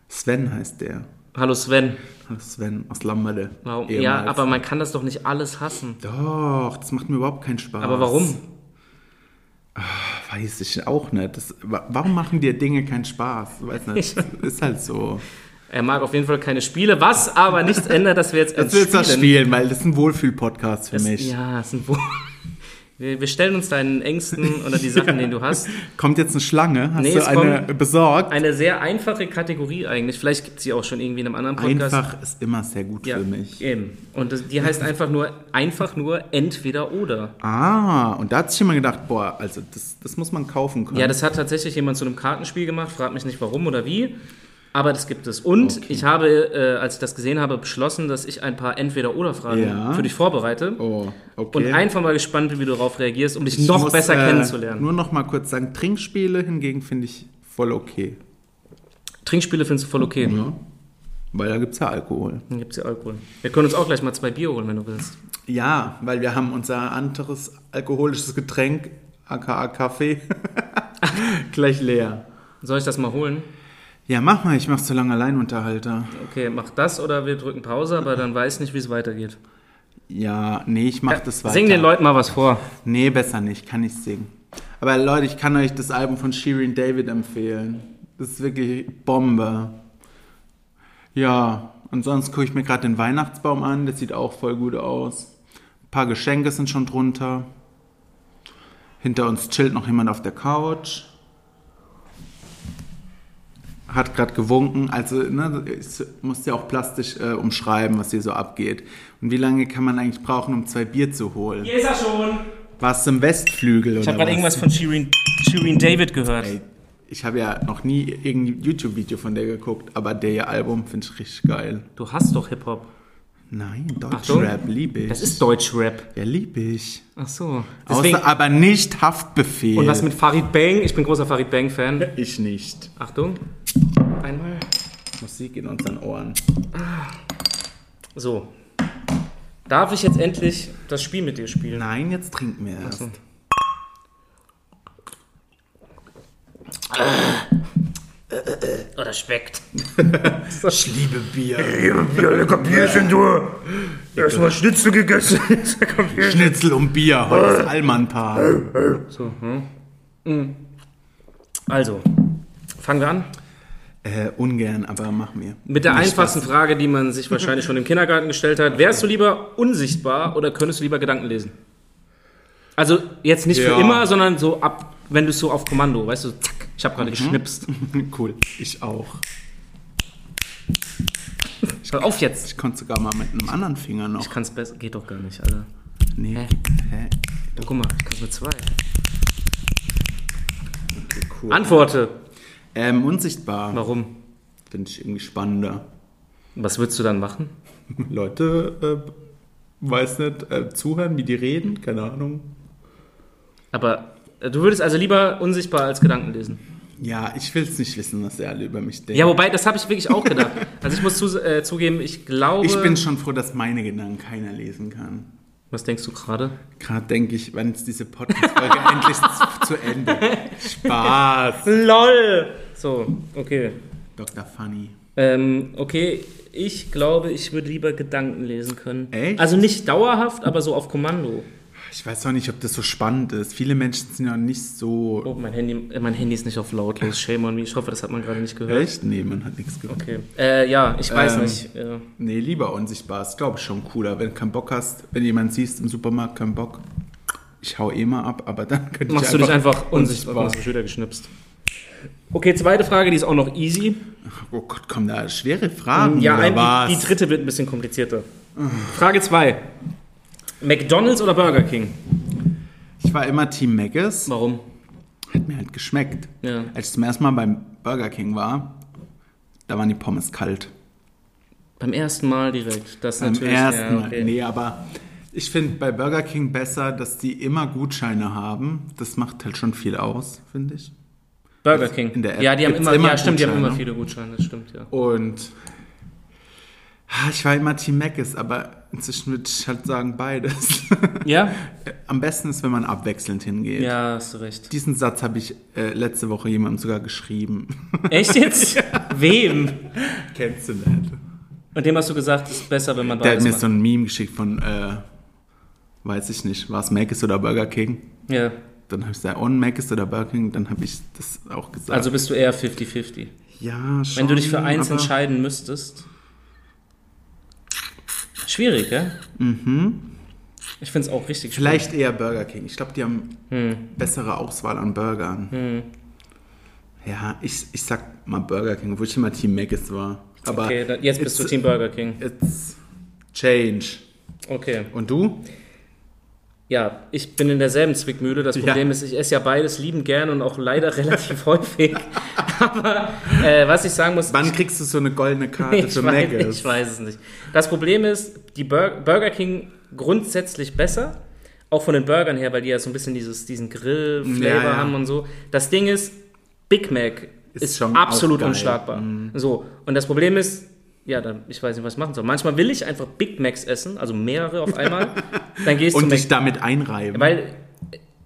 B: Sven heißt der.
A: Hallo Sven.
B: Hallo Sven aus Lammerde.
A: Warum? Ja,
B: Ehemals.
A: aber man kann das doch nicht alles hassen.
B: Doch, das macht mir überhaupt keinen Spaß.
A: Aber warum?
B: Weiß ich auch nicht. Das, wa- warum machen dir Dinge keinen Spaß? Weiß nicht. Ist halt so.
A: Er mag auf jeden Fall keine Spiele, was aber nichts ändert, dass wir jetzt
B: Jetzt willst du das spielen, weil das ist ein Wohlfühl-Podcast für mich.
A: Ja, es sind wohl. Wir, wir stellen uns deinen Ängsten oder die Sachen, denen du hast.
B: Kommt jetzt eine Schlange? Hast
A: Nee,
B: du
A: es
B: eine besorgt?
A: Eine sehr einfache Kategorie eigentlich. Vielleicht gibt es sie auch schon irgendwie in einem anderen Podcast.
B: Einfach ist immer sehr gut
A: ja,
B: für mich.
A: Eben. Und das, die heißt einfach nur, einfach nur entweder oder.
B: Ah, und da hat sich jemand gedacht, boah, also das, das muss man kaufen können.
A: Ja, das hat tatsächlich jemand zu einem Kartenspiel gemacht. Frag mich nicht warum oder wie. Aber das gibt es. Und ich habe, äh, als ich das gesehen habe, beschlossen, dass ich ein paar Entweder-Oder-Fragen
B: Ja.
A: für dich vorbereite.
B: oh, okay.
A: Und einfach mal gespannt, wie du darauf reagierst, um dich
B: Ich
A: noch
B: muss,
A: besser
B: äh,
A: kennenzulernen.
B: Nur noch mal kurz sagen, Trinkspiele hingegen finde ich voll okay.
A: Trinkspiele findest du voll okay.
B: Ja. Weil da gibt es ja Alkohol.
A: Dann gibt's ja Alkohol. Wir können uns auch gleich mal zwei Bier holen, wenn du willst.
B: Ja, weil wir haben unser anderes alkoholisches Getränk, aka Kaffee, gleich leer.
A: Soll ich das mal holen?
B: Ja, mach mal, ich mach's zu lange Alleinunterhalter.
A: Okay, mach das oder wir drücken Pause, aber dann weiß nicht, wie es weitergeht.
B: Ja, nee, ich mach das weiter.
A: Sing den Leuten mal was vor.
B: Nee, besser nicht, kann nicht singen. Aber Leute, ich kann euch das Album von Shirin David empfehlen. Das ist wirklich Bombe. Ja, ansonsten gucke ich mir gerade den Weihnachtsbaum an, der sieht auch voll gut aus. Ein paar Geschenke sind schon drunter. Hinter uns chillt noch jemand auf der Couch. Hat gerade gewunken, also ne, ich muss ja auch plastisch äh, umschreiben, was hier so abgeht. Und wie lange kann man eigentlich brauchen, um zwei Bier zu holen?
A: Hier ist er schon.
B: Warst du im Westflügel
A: Ich
B: oder
A: habe gerade irgendwas
B: was?
A: von Shirin, Shirin David gehört.
B: Ey, ich habe ja noch nie irgendein YouTube-Video von der geguckt, aber der ihr Album finde ich richtig geil.
A: Du hast doch Hip-Hop.
B: Nein,
A: Achtung.
B: Deutschrap liebe ich.
A: Das ist Deutschrap.
B: ja, liebe ich.
A: Ach so. Deswegen,
B: Außer, aber nicht Haftbefehl.
A: und was mit Farid Bang? Ich bin großer Farid Bang-Fan.
B: ich nicht.
A: Achtung. Einmal.
B: Musik in unseren Ohren.
A: So. Darf ich jetzt endlich das Spiel mit dir spielen?
B: Nein, jetzt trinken wir erst.
A: so. Oder Oh, schmeckt.
B: Ich liebe Bier.
D: Ja, lecker Bierchen, du. Erstmal Schnitzel gegessen. jetzt lecker Bierchen.
B: Schnitzel und Bier, heute ist Allmann-Paar.
A: So, hm. Mm. Also, fangen wir an.
B: Äh, ungern, aber mach mir.
A: Mit der
B: Nicht
A: einfachsten Frage, die man sich wahrscheinlich schon im Kindergarten gestellt hat. Wärst du lieber unsichtbar oder könntest du lieber Gedanken lesen? Also jetzt nicht
B: Ja.
A: für immer, sondern so ab, wenn du es so auf Kommando, weißt du, zack, ich habe
B: Mhm.
A: gerade geschnipst.
B: das. Cool, ich auch.
A: Hör auf jetzt.
B: Ich konnte sogar mal mit einem anderen Finger noch.
A: Ich kann's besser, geht doch gar nicht, Alter.
B: Nee. Hä?
A: Oh, guck mal, ich kann's mit zwei.
B: Cool.
A: Antworte.
B: Ähm, unsichtbar.
A: Warum?
B: Finde ich irgendwie spannender.
A: Was würdest du dann machen?
B: Leute, äh, weiß nicht, äh, zuhören, wie die reden, keine Ahnung.
A: Aber äh, du würdest also lieber unsichtbar als Gedanken lesen.
B: Ja, ich will es nicht wissen, was sie alle über mich denken.
A: Ja, wobei, das habe ich wirklich auch gedacht. Also ich muss zu, äh, zugeben, ich glaube.
B: ich bin schon froh, dass meine Gedanken keiner lesen kann.
A: Was denkst du gerade?
B: Gerade denke ich, wann ist diese Podcast-Folge endlich zu, zu Ende? Spaß!
A: LOL! So, okay.
B: Dr. Funny.
A: Ähm, okay, ich glaube, ich würde lieber Gedanken lesen können.
B: Echt?
A: Also nicht dauerhaft, aber so auf Kommando.
B: Ich weiß auch nicht, ob das so spannend ist. Viele Menschen sind ja nicht so.
A: Oh, mein Handy, äh, mein Handy ist nicht auf lautlos. Shame on me. Ich hoffe, das hat man gerade nicht gehört.
B: Echt? Nee, man hat nichts gehört.
A: Okay. Äh, ja, ich weiß
B: Ähm.
A: nicht. Äh,
B: Nee, lieber unsichtbar. Ist, glaube ich, schon cooler. Wenn du keinen Bock hast, wenn jemand siehst im Supermarkt, keinen Bock. Ich hau eh mal ab, aber dann könnte
A: machst
B: ich
A: du dich einfach unsichtbar.
B: unsichtbar.
A: Hast du Schüler geschnipst. Okay, zweite Frage, die ist auch noch easy.
B: Oh Gott, kommen da schwere Fragen.
A: Ja,
B: oder
A: ein, die,
B: was?
A: die dritte wird ein bisschen komplizierter. Frage 2. McDonalds oder Burger King?
B: ich war immer Team Maggis.
A: Warum?
B: Hat mir halt geschmeckt.
A: Ja.
B: Als ich zum ersten Mal beim Burger King war, da waren die Pommes kalt.
A: Beim ersten Mal direkt. Das
B: Beim
A: natürlich.
B: ersten
A: ja,
B: Mal.
A: okay.
B: Nee, aber ich finde bei Burger King besser, dass die immer Gutscheine haben. Das macht halt schon viel aus, finde ich.
A: Burger King.
B: Also In der App
A: ja, die haben
B: gibt's
A: immer,
B: immer
A: ja, stimmt, die haben
B: Gutscheine. ne?
A: immer viele Gutscheine, das stimmt, ja.
B: Und ah, ich war immer Team Maggis, aber inzwischen würde ich halt sagen beides.
A: Ja?
B: Am besten ist, wenn man abwechselnd hingeht.
A: Ja, hast du recht.
B: Diesen Satz habe ich äh, letzte Woche jemandem sogar geschrieben.
A: Echt jetzt? Wem?
B: Kennst du nicht?
A: Und dem hast du gesagt, ist besser, wenn man
B: Der hat
A: beides
B: mir
A: macht.
B: so ein Meme geschickt von, äh, weiß ich nicht, war es Maggis oder Burger King?
A: ja.
B: Dann habe ich gesagt, on Maggis oder Burger King, dann habe ich das auch gesagt.
A: Also bist du eher 50-50.
B: ja, schon,
A: Wenn du dich für eins
B: aber-
A: entscheiden müsstest. Schwierig, gell? Mhm. Ich finde es auch richtig schwierig.
B: Vielleicht eher Burger King. Ich glaube, die haben
A: Hm.
B: bessere Auswahl an Burgern. Ja, ich, ich sag mal Burger King, obwohl ich immer Team Maggis war. Aber
A: Okay, dann, jetzt bist du
B: it's-
A: Team Burger King.
B: It's change.
A: Okay.
B: Und du?
A: Ja, ich bin in derselben Zwickmühle. Das Problem ist, ich esse ja beides lieben gern und auch leider relativ häufig. Aber äh, was ich sagen muss,
B: Wann kriegst du so eine goldene Karte
A: ich,
B: für
A: weiß,
B: Maggis?
A: ich weiß es nicht. Das Problem ist, die Bur Burger King grundsätzlich besser, auch von den Burgern her, weil die ja so ein bisschen dieses, diesen Grill-Flavor
B: Ja, ja.
A: haben und so. Das Ding ist, Big Mac ist,
B: Ist schon
A: absolut
B: auch geil. Mhm.
A: unschlagbar. So, und das Problem ist, ja, dann, ich weiß nicht, was ich machen soll. Manchmal will ich einfach Big Macs essen, also mehrere auf einmal. dann gehst du
B: Und
A: Mac
B: dich damit einreiben.
A: weil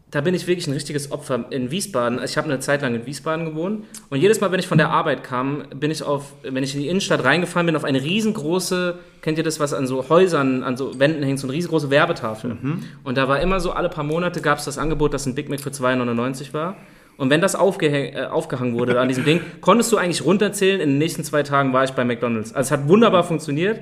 A: da bin ich wirklich ein richtiges Opfer in Wiesbaden. Also Ich habe eine Zeit lang in Wiesbaden gewohnt und jedes Mal, wenn ich von der Arbeit kam, bin ich auf, wenn ich in die Innenstadt reingefahren bin, auf eine riesengroße, kennt ihr das, was an so Häusern, an so Wänden hängt, so eine riesengroße Werbetafel. Und da war immer so, alle paar Monate gab es das Angebot, dass ein Big Mac für 2,99 war. Und wenn das aufgehäng, äh, aufgehangen wurde an diesem Ding, konntest du eigentlich runterzählen, in den nächsten zwei Tagen war ich bei McDonalds. Also es hat wunderbar funktioniert.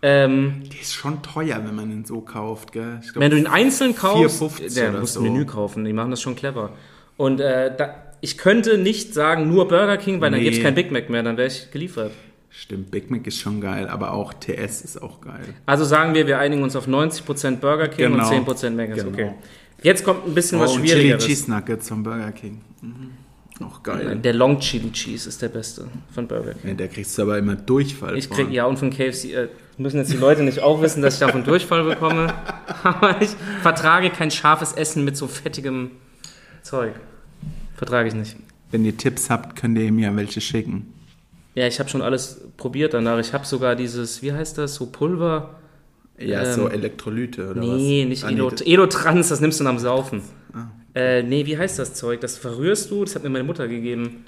A: Ähm,
B: Die ist schon teuer, wenn man ihn so kauft, gell? Ich glaub,
A: wenn du ihn einzeln kaufst,
B: 4,50
A: ja,
B: oder
A: du musst
B: so.
A: ein Menü kaufen, die machen das schon clever. Und äh, da, ich könnte nicht sagen, nur Burger King, weil dann
B: Nee.
A: gibt's kein Big Mac mehr, dann wäre ich geliefert.
B: Stimmt, Big Mac ist schon geil, aber auch TS ist auch geil.
A: Also sagen wir, wir einigen uns auf 90% Burger King
B: Genau.
A: und 10% Mac. Genau.
B: Genau.
A: Okay. Jetzt kommt ein bisschen was
B: Oh, und Chili
A: Schwierigeres.
B: Cheese Nuggets vom Burger King. Mhm. Auch geil.
A: Der Long Chili Cheese ist der beste von Burger King.
B: Ja, der kriegst du aber immer Durchfall
A: Ich
B: von.
A: krieg, ja, und von KFC äh, müssen jetzt die Leute nicht auch wissen, dass ich davon Durchfall bekomme. Aber ich vertrage kein scharfes Essen mit so fettigem Zeug. Vertrage ich nicht.
B: Wenn ihr Tipps habt, könnt ihr mir welche schicken.
A: Ja, ich habe schon alles probiert danach. Ich habe sogar dieses, wie heißt das, so Pulver?
B: Ja,
A: Ähm,
B: so Elektrolyte oder was?
A: Nee, nicht
B: Ah, nee,
A: Elo,
B: das- Ah.
A: Elotrans, das nimmst du am Saufen. Äh, nee, wie heißt das Zeug? Das verrührst du, das hat mir meine Mutter gegeben.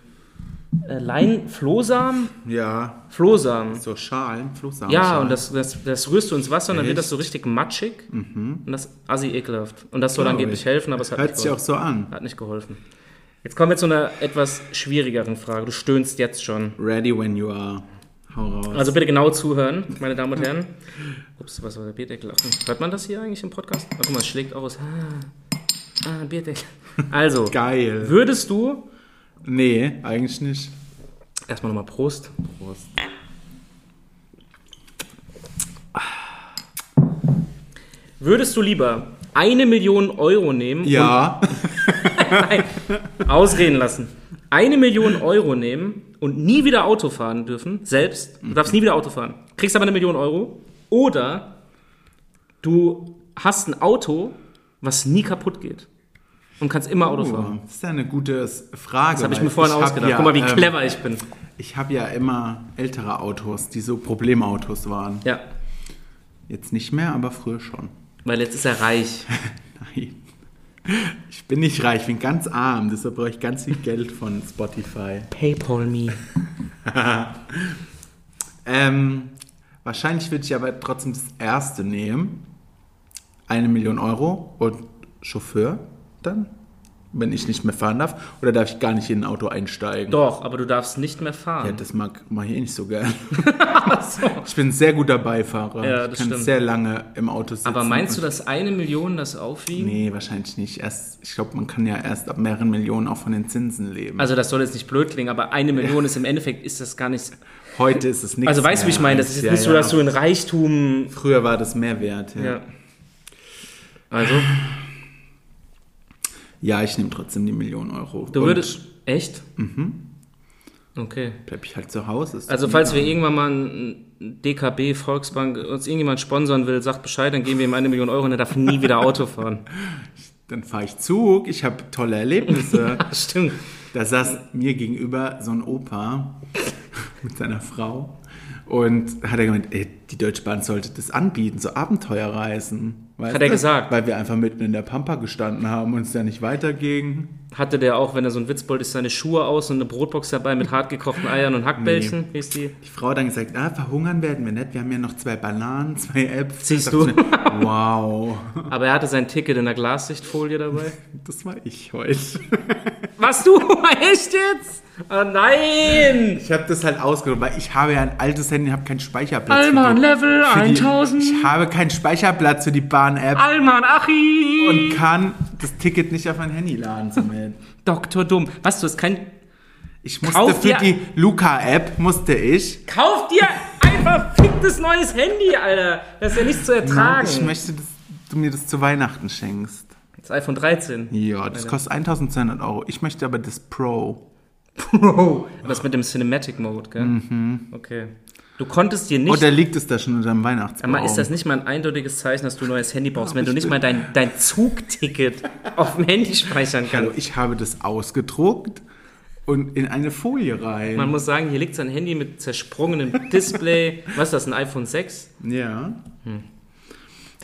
A: Äh, Lein, Flohsamen?
B: Ja,
A: Flohsamen.
B: so Schalen, Flussamen.
A: Ja, und das, das, das rührst du ins Wasser und dann wird das so richtig matschig. Und das ist assi ekelhaft. Und das soll
B: Mhm. Glaub
A: angeblich
B: ich.
A: helfen, aber es hat
B: Hört
A: nicht
B: sich auch
A: geholfen.
B: so an.
A: Hat nicht geholfen. Jetzt kommen wir zu einer etwas schwierigeren Frage. Du stöhnst jetzt schon.
B: Ready when you are. Hau raus.
A: Also bitte genau zuhören, meine Damen und Herren. Ups, was war der Bierdeckel? Ach, Hört man das hier eigentlich im Podcast? Oh, guck mal, es schlägt aus. Ah, ah Bierdeckel. Also,
B: geil.
A: würdest du...
B: Nee, eigentlich nicht.
A: Erstmal nochmal Prost.
B: Prost.
A: Würdest du lieber eine Million Euro nehmen...
B: Ja,
A: Und, ausreden lassen. Eine Million Euro nehmen und nie wieder Auto fahren dürfen, selbst. Du darfst nie wieder Auto fahren. Kriegst aber eine Million Euro. Oder du hast ein Auto, was nie kaputt geht. Und kannst immer Auto fahren.
B: oh, das ist ja eine gute Frage.
A: Das habe ich mir vorhin ausgedacht.
B: Ja,
A: Guck mal, wie
B: ähm,
A: clever ich bin.
B: Ich habe ja immer ältere Autos, die so Problemautos waren.
A: Ja,
B: Jetzt nicht mehr, aber früher schon.
A: weil jetzt ist er reich.
B: Nein. Ich bin nicht reich, ich bin ganz arm, deshalb brauche ich ganz viel Geld von Spotify.
A: Paypal me.
B: Ähm, wahrscheinlich würde ich aber trotzdem das erste nehmen. Eine Million Euro und Chauffeur dann, wenn ich nicht mehr fahren darf. Oder darf ich gar nicht in ein Auto einsteigen?
A: Doch, aber du darfst nicht mehr
B: Ja,
A: fahren.
B: das mag, mag ich eh nicht so gern.
A: so.
B: Ich bin ein sehr guter Beifahrer.
A: Ja,
B: ich
A: das
B: kann
A: stimmt.
B: sehr lange im Auto sitzen.
A: Aber meinst du,
B: und-
A: dass eine Million das aufwiegen?
B: Nee, wahrscheinlich nicht. Erst, ich glaube, man kann ja erst ab mehreren Millionen auch von den Zinsen leben.
A: Also das soll jetzt nicht blöd klingen, aber eine Million ist im Endeffekt ist das gar nichts.
B: Heute ist es nichts.
A: Also weißt du, wie
B: mehr.
A: ich meine? Das ist jetzt
B: Ja,
A: nicht so,
B: ja.
A: dass du in Reichtum.
B: Früher war das mehr wert. Ja,
A: Ja.
B: ja.
A: Also
B: ich nehme trotzdem die Million Euro.
A: du
B: Und
A: würdest echt? Mhm. Okay.
B: Bleib ich halt zu Hause. ist
A: Also
B: doch
A: falls wir
B: egal.
A: irgendwann mal ein DKB, Volksbank, uns irgendjemand sponsern will, sagt Bescheid, dann geben wir ihm eine Million Euro und er darf nie wieder Auto fahren.
B: Dann fahre ich Zug, ich habe tolle Erlebnisse.
A: Stimmt.
B: da saß mir gegenüber so ein Opa mit seiner Frau und hat er gemeint, ey, die Deutsche Bahn sollte das anbieten, so Abenteuerreisen. Weißt
A: Hat er
B: du?
A: gesagt.
B: Weil wir einfach mitten in der Pampa gestanden haben und es ja nicht weiterging.
A: Hatte der auch, wenn er so ein Witzbold ist, seine Schuhe aus und eine Brotbox dabei mit hart gekochten Eiern und Hackbällchen? Wie ist die?
B: Die Frau hat dann gesagt, ah, verhungern werden wir nicht, wir haben ja noch zwei Bananen, zwei Äpfel.
A: Siehst
B: Dachte
A: du?
B: ich mir, Wow,
A: Aber er hatte sein Ticket in der Glassichtfolie dabei.
B: das war ich heute.
A: Was du? Echt jetzt? Oh nein!
B: Ich habe das halt ausgedruckt, weil ich habe ja ein altes Handy, habe keinen Speicherplatz. für
A: Alman
B: die-
A: Level
B: für die-
A: 1000.
B: Ich habe keinen Speicherplatz für die Bahn-App
A: Alman Achi!
B: und kann das Ticket nicht auf mein Handy laden. Samuel.
A: Dr. Dumm. Was, du hast kein...
B: Ich musste
A: Kauf
B: für
A: dir-
B: die Luca-App, musste ich.
A: Kauf dir ein verficktes neues Handy, Alter! Das ist ja nicht zu ertragen.
B: Ich möchte, dass du mir das zu Weihnachten schenkst.
A: das iPhone 13.
B: Ja, das kostet 1200 Euro. Ich möchte aber das Pro.
A: Bro! Was mit dem Cinematic Mode, gell? Okay. Du konntest dir nicht...
B: Mhm. Oder Oh. liegt es da schon unter dem Weihnachtsbaum?
A: Aber ist das nicht mal ein eindeutiges Zeichen, dass du ein neues Handy brauchst, wenn du nicht mal dein, dein Zugticket auf dem Handy speichern
B: Hallo,
A: kannst?
B: ich habe das ausgedruckt und in eine Folie rein.
A: Man muss sagen, hier liegt sein Handy Hm. mit zersprungenem Display. Was ist das, ein iPhone 6?
B: ja.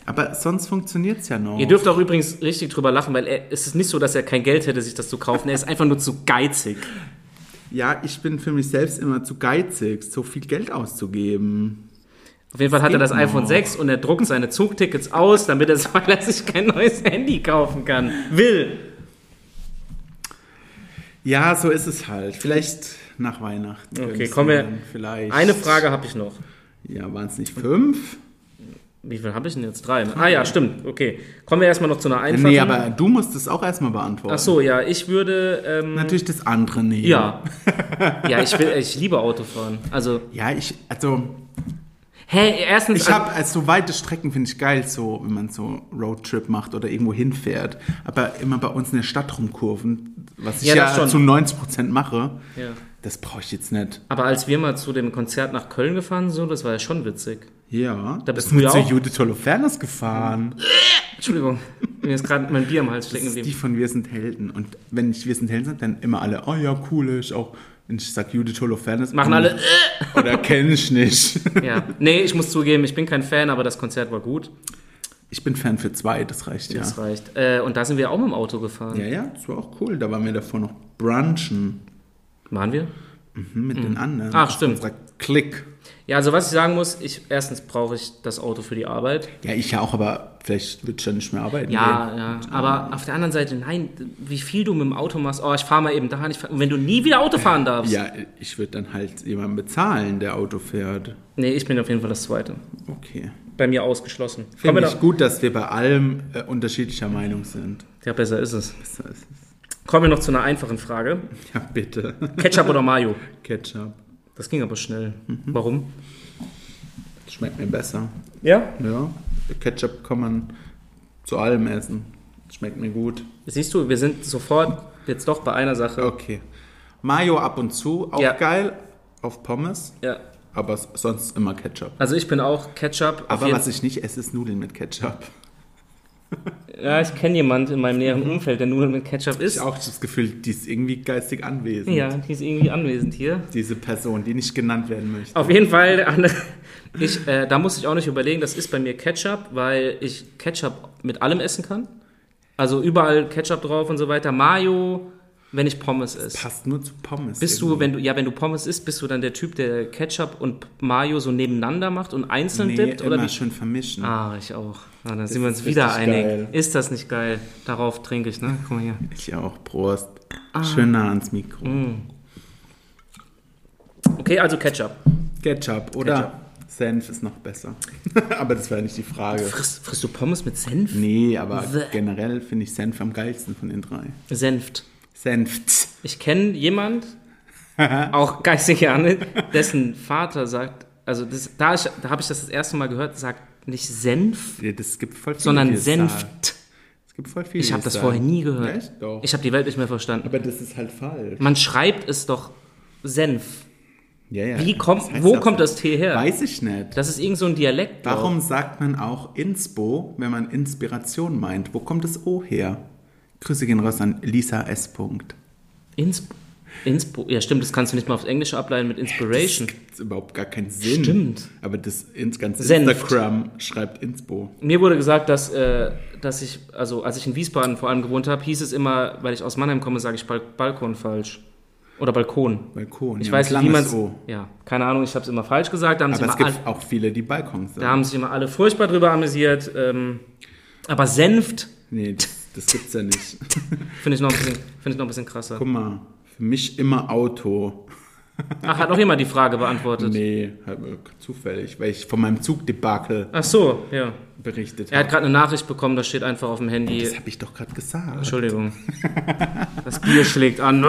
B: Aber sonst funktioniert es ja noch.
A: Ihr dürft auch übrigens richtig drüber lachen, weil er, es ist nicht so, dass er kein Geld hätte, sich das zu kaufen. Er ist einfach nur zu geizig.
B: Ja, ich bin für mich selbst immer zu geizig, so viel Geld auszugeben.
A: Auf jeden Fall hat er das
B: Geht
A: iPhone
B: noch.
A: 6 und er druckt seine Zugtickets aus, damit er, weil er sich kein neues Handy kaufen kann. Will.
B: Ja, so ist es halt. Vielleicht nach Weihnachten.
A: Okay,
B: gönn's
A: komm,
B: mir
A: wir-
B: dann Vielleicht.
A: Eine Frage habe ich noch.
B: Ja, waren es nicht fünf?
A: Wie viel habe ich denn jetzt? Drei. ne? Ah ja, stimmt. Okay. Kommen wir erstmal noch zu einer einfachen.
B: Nee, aber du musst es auch erstmal beantworten.
A: Ach so, ja, ich würde. Ähm,
B: Natürlich das andere nehmen.
A: ja. Ja, ich will, ich liebe Autofahren. Also,
B: Ja, ich, also,
A: hä, erstens.
B: ich habe, also, so weite Strecken finde ich geil, so, wenn man so Roadtrip macht oder irgendwo hinfährt. Aber immer bei uns in der Stadt rumkurven, was ich
A: Ja, das
B: ja,
A: schon.
B: zu 90 Prozent mache,
A: Ja.
B: das brauche ich jetzt nicht.
A: Aber als wir mal zu dem Konzert nach Köln gefahren sind, das war ja schon witzig.
B: Ja,
A: Da bist
B: das sind
A: du ja
B: wir zu
A: auch.
B: Judith Holofernes gefahren.
A: Entschuldigung, mir ist gerade mein Bier am Hals stecken
B: Das ist die
A: geblieben.
B: von Wir sind Helden. Und wenn ich Wir sind Helden sage, dann immer alle, oh ja, cool, ich auch. Wenn ich sage Judith Holofernes.
A: Machen alle. äh.
B: Oder kenne oh, ich nicht.
A: Ja. Nee, ich muss zugeben, ich bin kein Fan, aber das Konzert war gut.
B: Ich bin Fan für zwei, das reicht ja.
A: Das reicht. Äh, und da sind wir auch mit dem Auto gefahren.
B: Ja, ja, das war auch cool. Da waren wir davor noch brunchen
A: Waren wir?
B: hm, mit den anderen.
A: Mhm. Ach,
B: Das
A: stimmt.
B: ist Unser Klick.
A: Ja, also was ich sagen muss, ich erstens brauche ich das Auto für die Arbeit.
B: Ja, ich ja auch, aber vielleicht wird schon nicht mehr arbeiten.
A: Ja,
B: gehen.
A: ja. Aber auf der anderen Seite, nein, wie viel du mit dem Auto machst, oh, ich fahre mal eben da, ich fahr, und wenn du nie wieder Auto fahren darfst.
B: Ja, ich würde dann halt jemanden bezahlen, der Auto fährt.
A: Nee, ich bin auf jeden Fall das Zweite.
B: Okay.
A: Bei mir ausgeschlossen. Kommen
B: Finde
A: wir
B: ich
A: noch-
B: gut, dass wir bei allem äh, unterschiedlicher Meinung sind.
A: Ja, besser ist es.
B: Das heißt,
A: Kommen wir noch zu einer einfachen Frage.
B: ja, bitte.
A: Ketchup oder Mayo?
B: Ketchup.
A: Das ging aber schnell.
B: Mhm.
A: Warum?
B: Schmeckt mir besser.
A: Ja.
B: Ja, Ketchup kann man zu allem essen. Schmeckt mir gut.
A: Siehst du, wir sind sofort jetzt doch bei einer Sache.
B: Okay. Mayo ab und zu, auch
A: Ja.
B: geil. Auf Pommes,
A: Ja.
B: aber s- sonst immer Ketchup.
A: Also ich bin auch Ketchup. auf
B: Aber
A: jeden-
B: was ich nicht esse, ist Nudeln mit Ketchup.
A: ja, ich kenne jemanden in meinem näheren Umfeld, der Nudeln mit Ketchup
B: Mhm. Ich
A: isst.
B: auch das Gefühl, die ist irgendwie geistig anwesend.
A: Ja, die ist irgendwie anwesend hier.
B: Diese Person, die nicht genannt werden möchte.
A: Auf jeden Fall, Anne, ich, äh, da muss ich auch nicht überlegen, das ist bei mir Ketchup, weil ich Ketchup mit allem essen kann. Also überall Ketchup drauf und so weiter. Mayo, wenn ich Pommes esse.
B: Passt nur zu Pommes.
A: Bist du, wenn du, ja, wenn du Pommes isst, bist du dann der Typ, der Ketchup und Mayo so nebeneinander macht und einzeln
B: nee,
A: dippt? Oder
B: immer
A: wie?
B: schön vermischen.
A: Ah, ich auch. Ah, da sind wir uns
B: ist
A: wieder
B: richtig
A: einig.
B: geil.
A: Ist das nicht geil? Darauf trinke ich, ne? Guck mal hier.
B: Ich auch, Prost.
A: Ah.
B: Schön nah ans Mikro.
A: Mm. Okay, also Ketchup.
B: Ketchup oder Senf ist noch besser. aber das war nicht die Frage.
A: Frisst, frisst du Pommes mit Senf?
B: Nee, aber
A: Bäh.
B: generell finde ich Senf am geilsten von den drei.
A: Senft.
B: Senft.
A: Ich kenne jemand, auch geistig gerne, dessen Vater sagt, also das, da, ich- da habe ich das das erste Mal gehört, sagt nicht Senf,
B: Ja, Das gibt voll viele. die
A: sondern
B: es sagen.
A: Senft.
B: Es gibt voll viele.
A: Ich
B: die
A: habe
B: es
A: das
B: sagen.
A: vorher nie gehört.
B: Echt? Doch.
A: Ich habe die Welt nicht mehr verstanden.
B: aber das ist halt falsch.
A: Man schreibt es doch Senf.
B: Ja, ja.
A: Wie kommt,
B: Das heißt
A: wo
B: auch
A: kommt
B: Senf.
A: das T her?
B: Weiß ich nicht.
A: Das ist irgend so ein Dialekt. glaub.
B: Warum sagt man auch Inspo, wenn man Inspiration meint? Wo kommt das O her? Grüße gehen raus an Lisa S. Punkt.
A: Insp Inspo ja, stimmt, das kannst du nicht mal aufs Englische ableiten mit Inspiration.
B: Das gibt überhaupt gar keinen Sinn.
A: Stimmt.
B: Aber das ins ganze
A: Senft.
B: Instagram schreibt Inspo.
A: Mir wurde gesagt, dass, äh, dass ich, also als ich in Wiesbaden vor allem gewohnt habe, hieß es immer, weil ich aus Mannheim komme, sage ich Bal Balkon falsch. Oder Balkon.
B: Balkon.
A: Ich
B: ja,
A: weiß
B: ein
A: nicht, wie man also
B: langes O.
A: Ja, keine Ahnung, ich habe es immer falsch gesagt. Da haben, sich
B: Aber es
A: immer alle,
B: gibt auch viele, die Balkon
A: da
B: sagen.
A: haben sich immer alle furchtbar drüber amüsiert. Ähm, aber Senft
B: Nee, das, das gibt's ja nicht.
A: finde ich, noch ein bisschen- finde ich noch ein bisschen krasser.
B: Guck mal, für mich immer Auto.
A: Ach, hat noch jemand die Frage beantwortet?
B: Nee, halt, äh, zufällig, weil ich von meinem Zugdebakel
A: Ach so, ja.
B: berichtet
A: Er hat
B: habe.
A: gerade eine Nachricht bekommen, da steht einfach auf dem Handy.
B: Das habe ich doch gerade gesagt.
A: Entschuldigung. Das Bier schlägt an.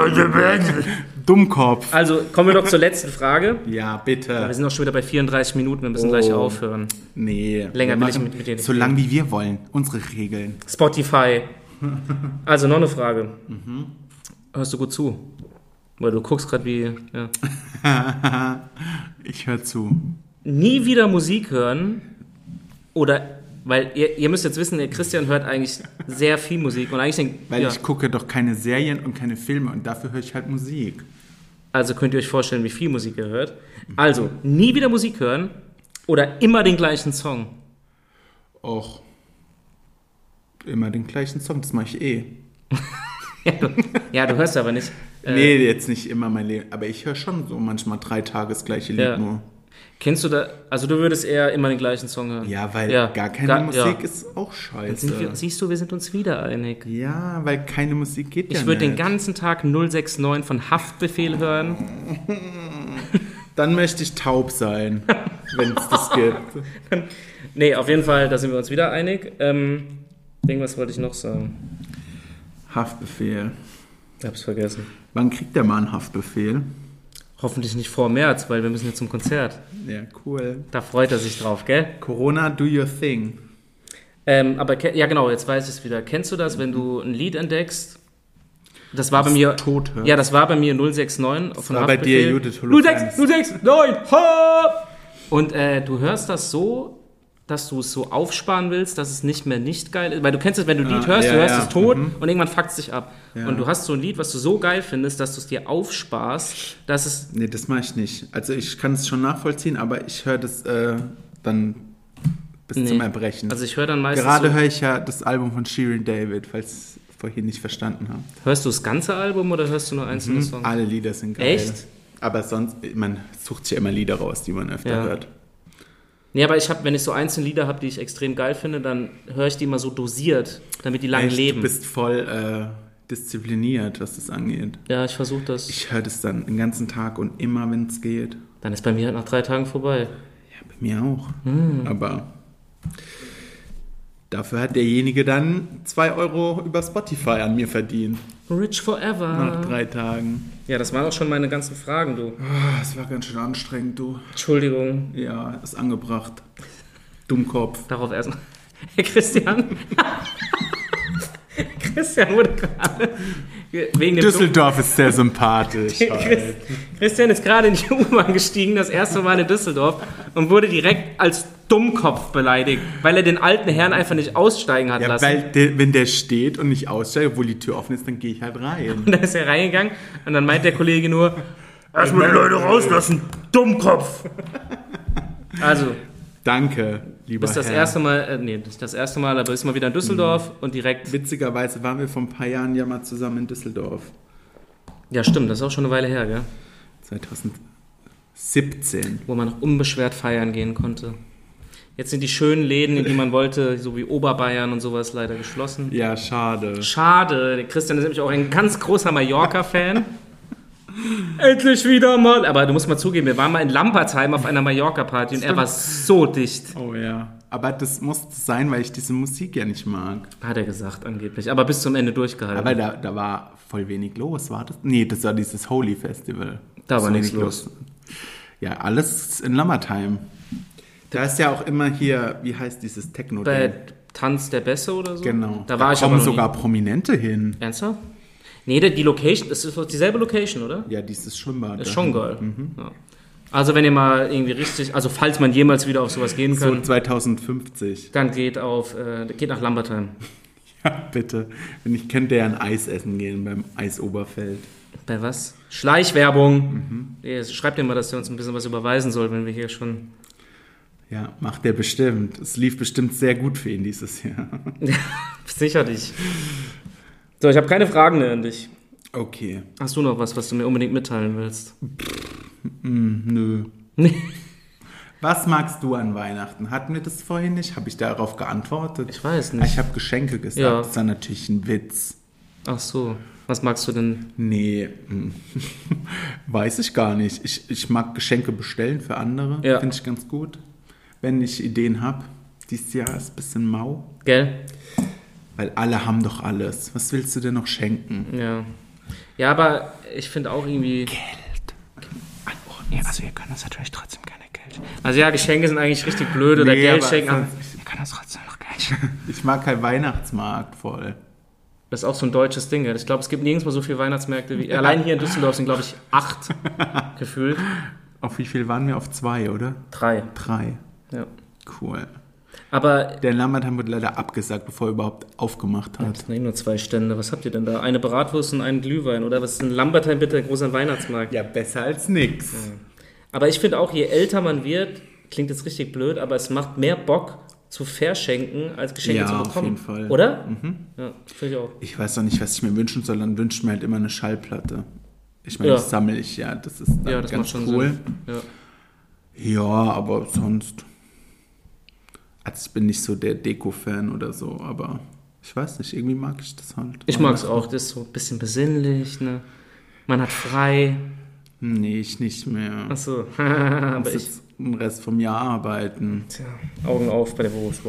B: Dummkopf.
A: Also kommen wir doch zur letzten Frage.
B: Ja, bitte.
A: Wir sind auch schon wieder bei 34 Minuten, wir müssen
B: Oh.
A: gleich aufhören.
B: Nee.
A: Länger
B: wir
A: will ich
B: machen
A: mit- mit dir nicht
B: So lang wie wir wollen. Unsere Regeln.
A: Spotify. Also noch eine Frage.
B: Mhm.
A: Hörst du gut zu? Weil du guckst gerade wie. Ja.
B: ich höre zu.
A: Nie wieder Musik hören oder. Weil ihr, ihr müsst jetzt wissen, der Christian hört eigentlich sehr viel Musik und eigentlich denkt,
B: Weil
A: ja,
B: ich gucke doch keine Serien und keine Filme und dafür höre ich halt Musik.
A: also könnt ihr euch vorstellen, wie viel Musik ihr hört. Also, nie wieder Musik hören oder immer den gleichen Song.
B: Och, Immer den gleichen Song, das mache ich eh.
A: Ja, du hörst aber nicht. Äh,
B: Nee, jetzt nicht immer mein Leben. Aber ich höre schon so manchmal drei Tage das gleiche Lied
A: Ja.
B: nur.
A: Kennst du da, also du würdest eher immer den gleichen Song hören.
B: Ja, äh, weil
A: Ja,
B: gar keine
A: gar- ja.
B: Musik ist auch
A: Sind wir,
B: scheiße.
A: siehst du, wir sind uns wieder einig.
B: Ja, weil keine Musik geht ja ne.
A: Ich würde den
B: nicht.
A: ganzen Tag 069 von Haftbefehl hören.
B: Dann möchte ich taub sein, wenn es das gibt.
A: Nee, auf jeden Fall, da sind wir uns wieder einig. Ähm, irgendwas wollte ich noch sagen.
B: Haftbefehl.
A: Ich hab's vergessen.
B: Wann kriegt der mal einen Haftbefehl?
A: Hoffentlich nicht vor März, weil wir müssen jetzt zum Konzert.
B: Ja, cool.
A: Da freut er sich drauf, gell?
B: Corona, do your thing.
A: Ähm, aber ke- ja genau, jetzt weiß ich es wieder. Kennst du das, wenn du ein Lied entdeckst? Das war bei mir
B: tot hört.
A: Ja, das war bei mir 069 von
B: war bei
A: Haftbefehl.
B: dir Judith Holofernes.
A: 06 06 9. Ha! Und äh, du hörst das so, dass du es so aufsparen willst, dass es nicht mehr nicht geil ist, weil du kennst es, wenn du ein Lied
B: Ah,
A: hörst,
B: ja,
A: du hörst
B: ja.
A: es tot und irgendwann fuckt es dich ab. Und du hast so ein Lied, was du so geil findest, dass du es dir aufsparst, dass es
B: Nee, das mache ich nicht. Also ich kann es schon nachvollziehen, aber ich höre das äh, dann bis
A: Nee.
B: zum Erbrechen.
A: also ich höre dann meistens
B: Gerade
A: so,
B: höre ich ja das Album von Shirin David, falls ihr es vorhin nicht verstanden habt.
A: hörst du das ganze Album oder hörst du nur einzelne Songs?
B: Alle Lieder sind geil.
A: Echt?
B: Aber sonst, man sucht sich ja immer Lieder raus, die man öfter
A: Ja.
B: hört.
A: Nee, aber ich habe, wenn ich so einzelne Lieder habe, die ich extrem geil finde, dann höre ich die immer so dosiert, damit die lange
B: Echt,
A: leben.
B: Du bist voll äh, diszipliniert, was das angeht.
A: ja, ich versuche das.
B: Ich höre das dann den ganzen Tag und immer, wenn es geht.
A: Dann ist bei mir halt nach drei Tagen vorbei.
B: Bei mir auch.
A: Hm.
B: Aber dafür hat derjenige dann 2 Euro über Spotify an mir verdient.
A: Rich
B: Nach
A: forever.
B: drei Tagen.
A: Ja, das waren auch schon meine ganzen Fragen, du.
B: Ah, Es war ganz schön anstrengend, du.
A: Entschuldigung,
B: Ja, ist angebracht. Dummkopf.
A: darauf erstmal. Herr Christian. Christian wurde gerade wegen dem
B: Düsseldorf ist sehr sympathisch.
A: Chris, Christian ist gerade in die U-Bahn gestiegen, das erste Mal in Düsseldorf, und wurde direkt als Dummkopf beleidigt, weil er den alten Herrn einfach nicht aussteigen hat
B: Ja,
A: lassen.
B: weil der, wenn der steht und nicht aussteigt, obwohl die Tür offen ist, dann gehe ich halt rein.
A: Und da ist er reingegangen und dann meint der Kollege nur,
D: Erstmal die Leute rauslassen, Dummkopf.
A: also,
B: Danke, lieber
A: bist das
B: Herr. Mhm.
A: erste Mal, äh, nee, nicht das erste Mal, aber bist mal wieder in Düsseldorf und direkt,
B: Witzigerweise waren wir vor ein paar Jahren ja mal zusammen in Düsseldorf.
A: ja stimmt, das ist auch schon eine Weile her, gell?
B: 2017.
A: Wo man noch unbeschwert feiern gehen konnte. Jetzt sind die schönen Läden, in die man wollte, so wie Oberbayern und sowas, leider geschlossen.
B: Ja, schade.
A: Schade, der Christian ist nämlich auch ein ganz großer Mallorca-Fan. Endlich wieder mal. Aber du musst mal zugeben, wir waren mal in Lampertheim auf einer Mallorca-Party und er war so dicht.
B: Oh ja. Aber das muss sein, weil ich diese Musik ja nicht mag.
A: Hat er gesagt, angeblich. Aber bis zum Ende durchgehalten.
B: Aber da, da war voll wenig los, war das? Nee, das war dieses Holy Festival.
A: Da war
B: So
A: nichts
B: wenig Ja, alles in Lammertheim. Da ist ja auch immer hier, wie heißt dieses techno
A: bei
B: ding
A: Tanz der Bässe oder so.
B: Genau.
A: Da war ich aber
B: kommen
A: noch
B: sogar
A: nie.
B: Prominente hin.
A: Ernsthaft? Nee, die die Location, das ist doch dieselbe Location, oder?
B: Ja, dieses Schwimmbad.
A: Ist
B: da.
A: schon geil. Ja. Also wenn ihr mal irgendwie richtig, also falls man jemals wieder auf sowas gehen
B: So
A: kann,
B: 2050.
A: dann geht auf, äh, geht nach Lambertheim.
B: Ja, bitte. Wenn ich könnte ja ein Eis essen gehen beim Eisoberfeld.
A: Bei was? Schleichwerbung. Nee, schreibt ihm mal, dass er uns ein bisschen was überweisen soll, wenn wir hier schon.
B: Ja, macht der bestimmt. Es lief bestimmt sehr gut für ihn dieses Jahr.
A: Sicherlich. So, ich habe keine Fragen mehr an dich.
B: Okay.
A: Hast du noch was, was du mir unbedingt mitteilen willst?
B: Nö.
A: Nee.
B: Was magst du an Weihnachten? Hatten wir das vorhin nicht? Habe ich darauf geantwortet?
A: Ich weiß
B: Ah,
A: nicht.
B: Ich habe Geschenke gesagt.
A: Ja.
B: Das war natürlich ein Witz.
A: Ach so. Was magst du denn?
B: Nee, hm. weiß ich gar nicht. Ich, ich mag Geschenke bestellen für andere.
A: Ja.
B: Finde ich ganz gut. Wenn ich Ideen habe. Dieses Jahr ist ein bisschen mau.
A: Gell?
B: Weil alle haben doch alles. Was willst du denn noch schenken?
A: Ja. Ja, aber ich finde auch irgendwie.
E: Ja, also ihr könnt uns natürlich trotzdem gerne Geld.
A: Also ja, Geschenke sind eigentlich richtig blöd oder
B: Nee,
A: Geld
B: aber-
A: schenken.
E: Ihr könnt uns trotzdem noch Geld. schicken.
B: Ich mag keinen Weihnachtsmarkt voll.
A: Das ist auch so ein deutsches Ding. gell? Ich glaube, es gibt nirgendwo so viele Weihnachtsmärkte wie. Allein hier in Düsseldorf sind, glaube ich, acht gefühlt.
B: Auf wie viel waren wir? Auf zwei, oder?
A: Drei.
B: Drei.
A: Ja.
B: Cool.
A: Aber
B: Der Lambertheim wurde leider abgesagt, bevor er überhaupt aufgemacht hat.
A: das sind eh nur zwei Stände. Was habt ihr denn da? Eine Bratwurst und einen Glühwein, oder? Was ist denn Lambertheim bitte ein großer Weihnachtsmarkt?
B: Ja, besser als nix.
A: Aber ich finde auch, je älter man wird, klingt jetzt richtig blöd, aber es macht mehr Bock, zu verschenken, als Geschenke
B: Ja,
A: zu
B: auf
A: bekommen.
B: jeden Fall. Mhm.
A: Oder? Ja, finde ich auch.
B: Ich weiß doch nicht, was ich mir wünschen soll, dann wünsche ich mir halt immer eine Schallplatte. Ich meine,
A: Ja.
B: das sammle ich ja, das ist dann
A: Ja, das macht
B: ganz
A: schon
B: cool.
A: Sinn. Ja.
B: Ja, aber sonst. Also ich bin nicht so der Deko-Fan oder so, aber ich weiß nicht, irgendwie mag ich das halt.
A: Ich mag es auch, das ist so ein bisschen besinnlich, ne? Man hat frei.
B: Hm, Nee, ich nicht mehr.
A: Achso, aber
B: muss
A: ich.
B: jetzt den Rest vom Jahr arbeiten.
A: Tja, Augen auf bei der Wurst.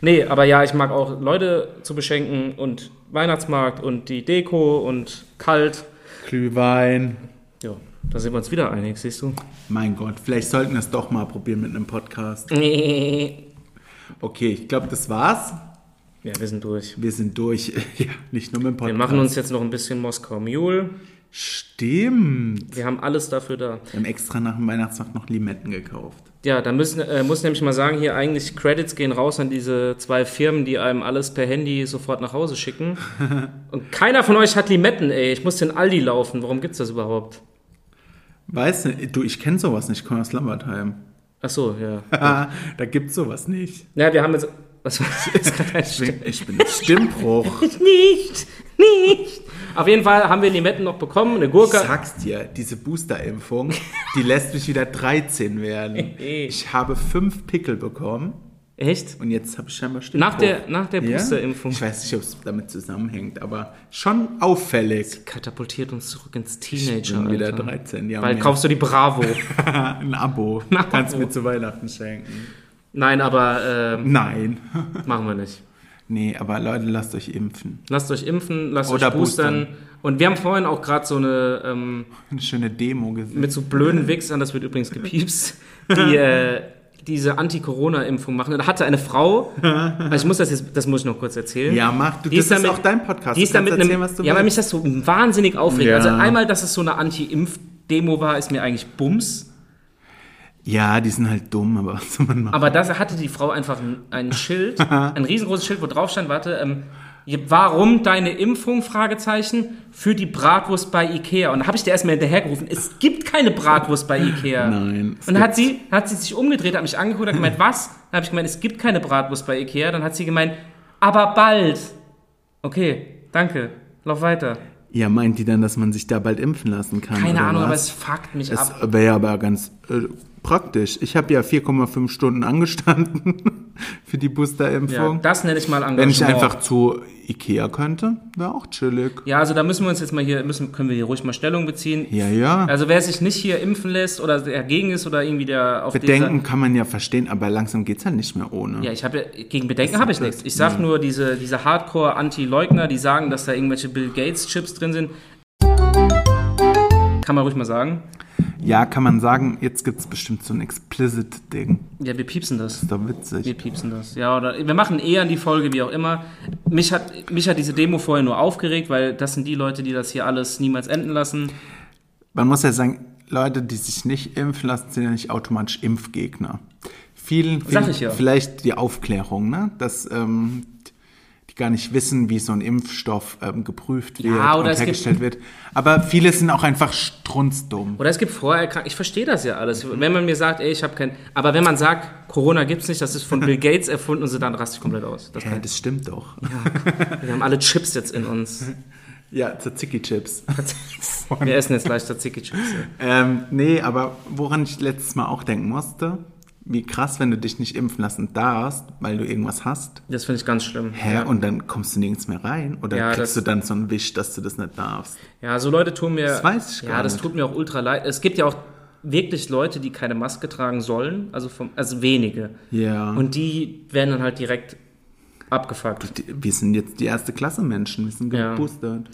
A: Nee, aber ja, ich mag auch Leute zu beschenken und Weihnachtsmarkt und die Deko und kalt.
B: Glühwein.
A: Ja, da sind wir uns wieder einig, siehst du?
B: Mein Gott, vielleicht sollten wir es doch mal probieren mit einem Podcast.
A: Nee.
B: Okay, ich glaube, das war's.
A: Ja, wir sind durch.
B: Wir sind durch. Ja, nicht nur mit dem
A: Wir
B: Podcast.
A: machen uns jetzt noch ein bisschen Moskau Mule.
B: Stimmt.
A: Wir haben alles dafür da.
B: Wir haben extra nach dem Weihnachtsmarkt noch Limetten gekauft.
A: Ja, da müssen, äh, muss nämlich mal sagen, hier eigentlich Credits gehen raus an diese zwei Firmen, die einem alles per Handy sofort nach Hause schicken. Und keiner von euch hat Limetten, ey. Ich muss den Aldi laufen. Warum gibt's das überhaupt?
B: Weißt du, du, ich kenne sowas nicht, ich komme aus Lambertheim.
A: Ach so, ja.
B: Ah, da gibt's sowas nicht.
A: Na, wir haben jetzt. Was war das? Ist gerade ein
B: Ich bin, ich bin Stimmbruch.
A: Stich. nicht! Nicht! Auf jeden Fall haben wir Limetten noch bekommen, eine
B: Ich
A: Gurke.
B: sag's dir, diese Boosterimpfung, die lässt mich wieder 13 werden. Ich habe fünf Pickel bekommen
A: Echt?
B: und jetzt habe ich scheinbar Stimmbruch.
A: Nach der, nach der
B: Oh. Ja?
A: Boosterimpfung.
B: Ich weiß nicht, ob es damit zusammenhängt, aber schon auffällig.
A: Katapultiert uns zurück ins
B: Ich
A: Teenager.
B: bin wieder
A: Alter.
B: 13, ja.
A: Bald
B: mehr.
A: kaufst du die Bravo.
B: ein Abo.
A: Ein
B: Kannst
A: Abo.
B: mir zu Weihnachten schenken.
A: Nein, aber ähm,
B: Nein.
A: machen wir nicht.
B: Nee, aber Leute, lasst euch impfen.
A: Lasst euch impfen, lasst
B: Oder
A: euch boostern. Und wir haben vorhin auch gerade so eine, ähm,
B: Eine schöne Demo gesehen.
A: mit so blöden Wichsern, das wird übrigens gepiepst, die äh, diese Anti-Corona-Impfung machen. Und da hatte eine Frau, also ich muss das jetzt, das muss ich noch kurz erzählen.
B: Ja, mach du.
A: Die
B: Das
A: ist
B: ist,
A: damit-
B: auch dein Podcast.
A: Die ist
B: du
A: dann
B: kannst
A: mit
B: erzählen,
A: einem,
B: was du
A: ja, weil mich
B: willst.
A: das so wahnsinnig aufregt.
B: Ja.
A: Also einmal, dass es so eine Anti-Impf-Demo war, ist mir eigentlich Bums.
B: ja, die sind halt dumm, aber was soll man machen?
A: Aber da hatte die Frau einfach ein, ein Schild, ein riesengroßes Schild, wo drauf stand, warte, ähm, je- warum deine Impfung, Fragezeichen, für die Bratwurst bei Ikea. Und da habe ich dir erstmal hinterhergerufen, es gibt keine Bratwurst bei Ikea.
B: Nein, es
A: Und dann hat sie, hat sie sich umgedreht, hat mich angeguckt, hat gemeint, was? Dann habe ich gemeint, es gibt keine Bratwurst bei Ikea. Dann hat sie gemeint, aber bald. Okay, danke, lauf weiter.
B: Ja, meint die dann, dass man sich da bald impfen lassen kann?
A: Keine
B: oder
A: Ahnung, aber es
B: was?
A: fuckt mich
B: Das
A: ab.
B: wäre aber ganz äh, praktisch. Ich habe ja 4,5 Stunden angestanden für die
A: Ja,
B: Boosterimpfung.
A: das nenne ich mal Engagement.
B: Wenn ich einfach zu Ikea könnte, wäre auch chillig.
A: ja, also da müssen wir uns jetzt mal hier, müssen, können wir hier ruhig mal Stellung beziehen.
B: Ja, ja.
A: Also wer sich nicht hier impfen lässt oder dagegen ist oder irgendwie der auf
B: Bedenken kann man ja verstehen, aber langsam geht's halt nicht mehr ohne.
A: Dieser, ja, ich habe ja, gegen Bedenken habe ich nichts. Ich
B: Mhm.
A: sag nur diese diese Hardcore Anti-Leugner, die sagen, dass da irgendwelche Bill Gates Chips drin sind. Kann man ruhig mal sagen.
B: Ja, kann man sagen, jetzt gibt's bestimmt so ein Explicit-Ding.
A: Ja, wir piepsen das.
B: Ist doch witzig.
A: Wir piepsen das. Ja, oder wir machen eher an die Folge, wie auch immer. Mich hat mich hat diese Demo vorher nur aufgeregt, weil das sind die Leute, die das hier alles niemals enden lassen.
B: Man muss ja sagen, Leute, die sich nicht impfen lassen, sind ja nicht automatisch Impfgegner. Vielen,
A: Sag
B: vielen
A: ich ja.
B: vielleicht die Aufklärung, ne? dass ähm, die gar nicht wissen, wie so ein Impfstoff ähm, geprüft wird
A: Ja, oder
B: und
A: es gibt-
B: hergestellt wird. Aber viele sind auch einfach strunzdumm.
A: Oder es gibt Vorerkrankungen. Ich verstehe das ja alles.
B: Mhm.
A: Wenn man mir sagt, ey, ich habe kein. Aber wenn man sagt, Corona gibt's nicht, das ist von Bill Gates erfunden und so, dann raste ich komplett aus. Das
B: Ja,
A: kann,
B: das stimmt doch.
A: wir haben alle Chips jetzt in uns.
B: Ja, Tzatziki-Chips.
A: Wir essen jetzt gleich Tzatziki-Chips.
B: Ähm, nee, aber woran ich letztes Mal auch denken musste, wie krass, wenn du dich nicht impfen lassen darfst, weil du irgendwas hast.
A: Das finde ich ganz schlimm.
B: Hä? Und dann kommst du nirgends mehr rein? Oder
A: Ja, das-
B: kriegst du dann so einen Wisch, dass du das nicht darfst?
A: Ja, so Leute tun mir.
B: Das weiß ich
A: Ja,
B: gar
A: das
B: nicht.
A: tut mir auch ultra leid. Es gibt ja auch wirklich Leute, die keine Maske tragen sollen. Also, vom, also wenige.
B: Ja.
A: Und die werden dann halt direkt abgefuckt.
B: Die- Wir sind jetzt die erste Klasse Menschen, wir sind
A: Ja.
B: geboostert.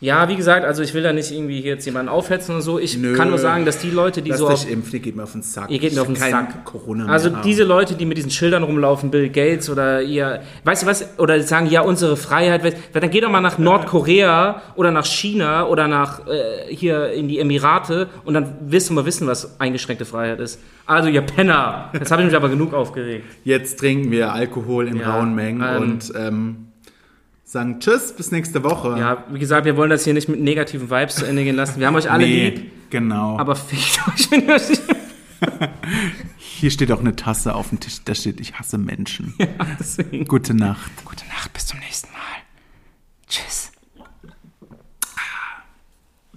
A: Ja, wie gesagt, also ich will da nicht irgendwie hier jetzt jemanden aufhetzen oder so. Ich
B: Nö.
A: kann nur sagen, dass die Leute, die
B: Lasst
A: so auf
B: euch impfen, ihr geht mir auf den Sack.
A: Ihr geht mir
B: Ich
A: auf den
B: will keinen
A: Sack.
B: Corona mehr
A: also
B: haben.
A: diese Leute, die mit diesen Schildern rumlaufen, Bill Gates oder ihr, weißt du was, oder die sagen, ja, unsere Freiheit, we- dann geh doch mal nach Nordkorea oder nach China oder nach äh, hier in die Emirate und dann wirst du mal wissen, was eingeschränkte Freiheit ist. Also ihr Penner, jetzt habe ich mich aber genug aufgeregt.
B: Jetzt trinken wir Alkohol in
A: Ja,
B: rauen Mengen
A: ähm,
B: und ähm, sagen Tschüss, bis nächste Woche.
A: Ja, wie gesagt, wir wollen das hier nicht mit negativen Vibes zu Ende gehen lassen. Wir haben euch alle
B: nee,
A: lieb,
B: genau.
A: aber fickt euch, wenn ihr euch nicht...
B: Hier steht auch eine Tasse auf dem Tisch. Da steht, ich hasse Menschen.
A: Deswegen.
B: Gute Nacht.
E: Gute Nacht, bis zum nächsten Mal.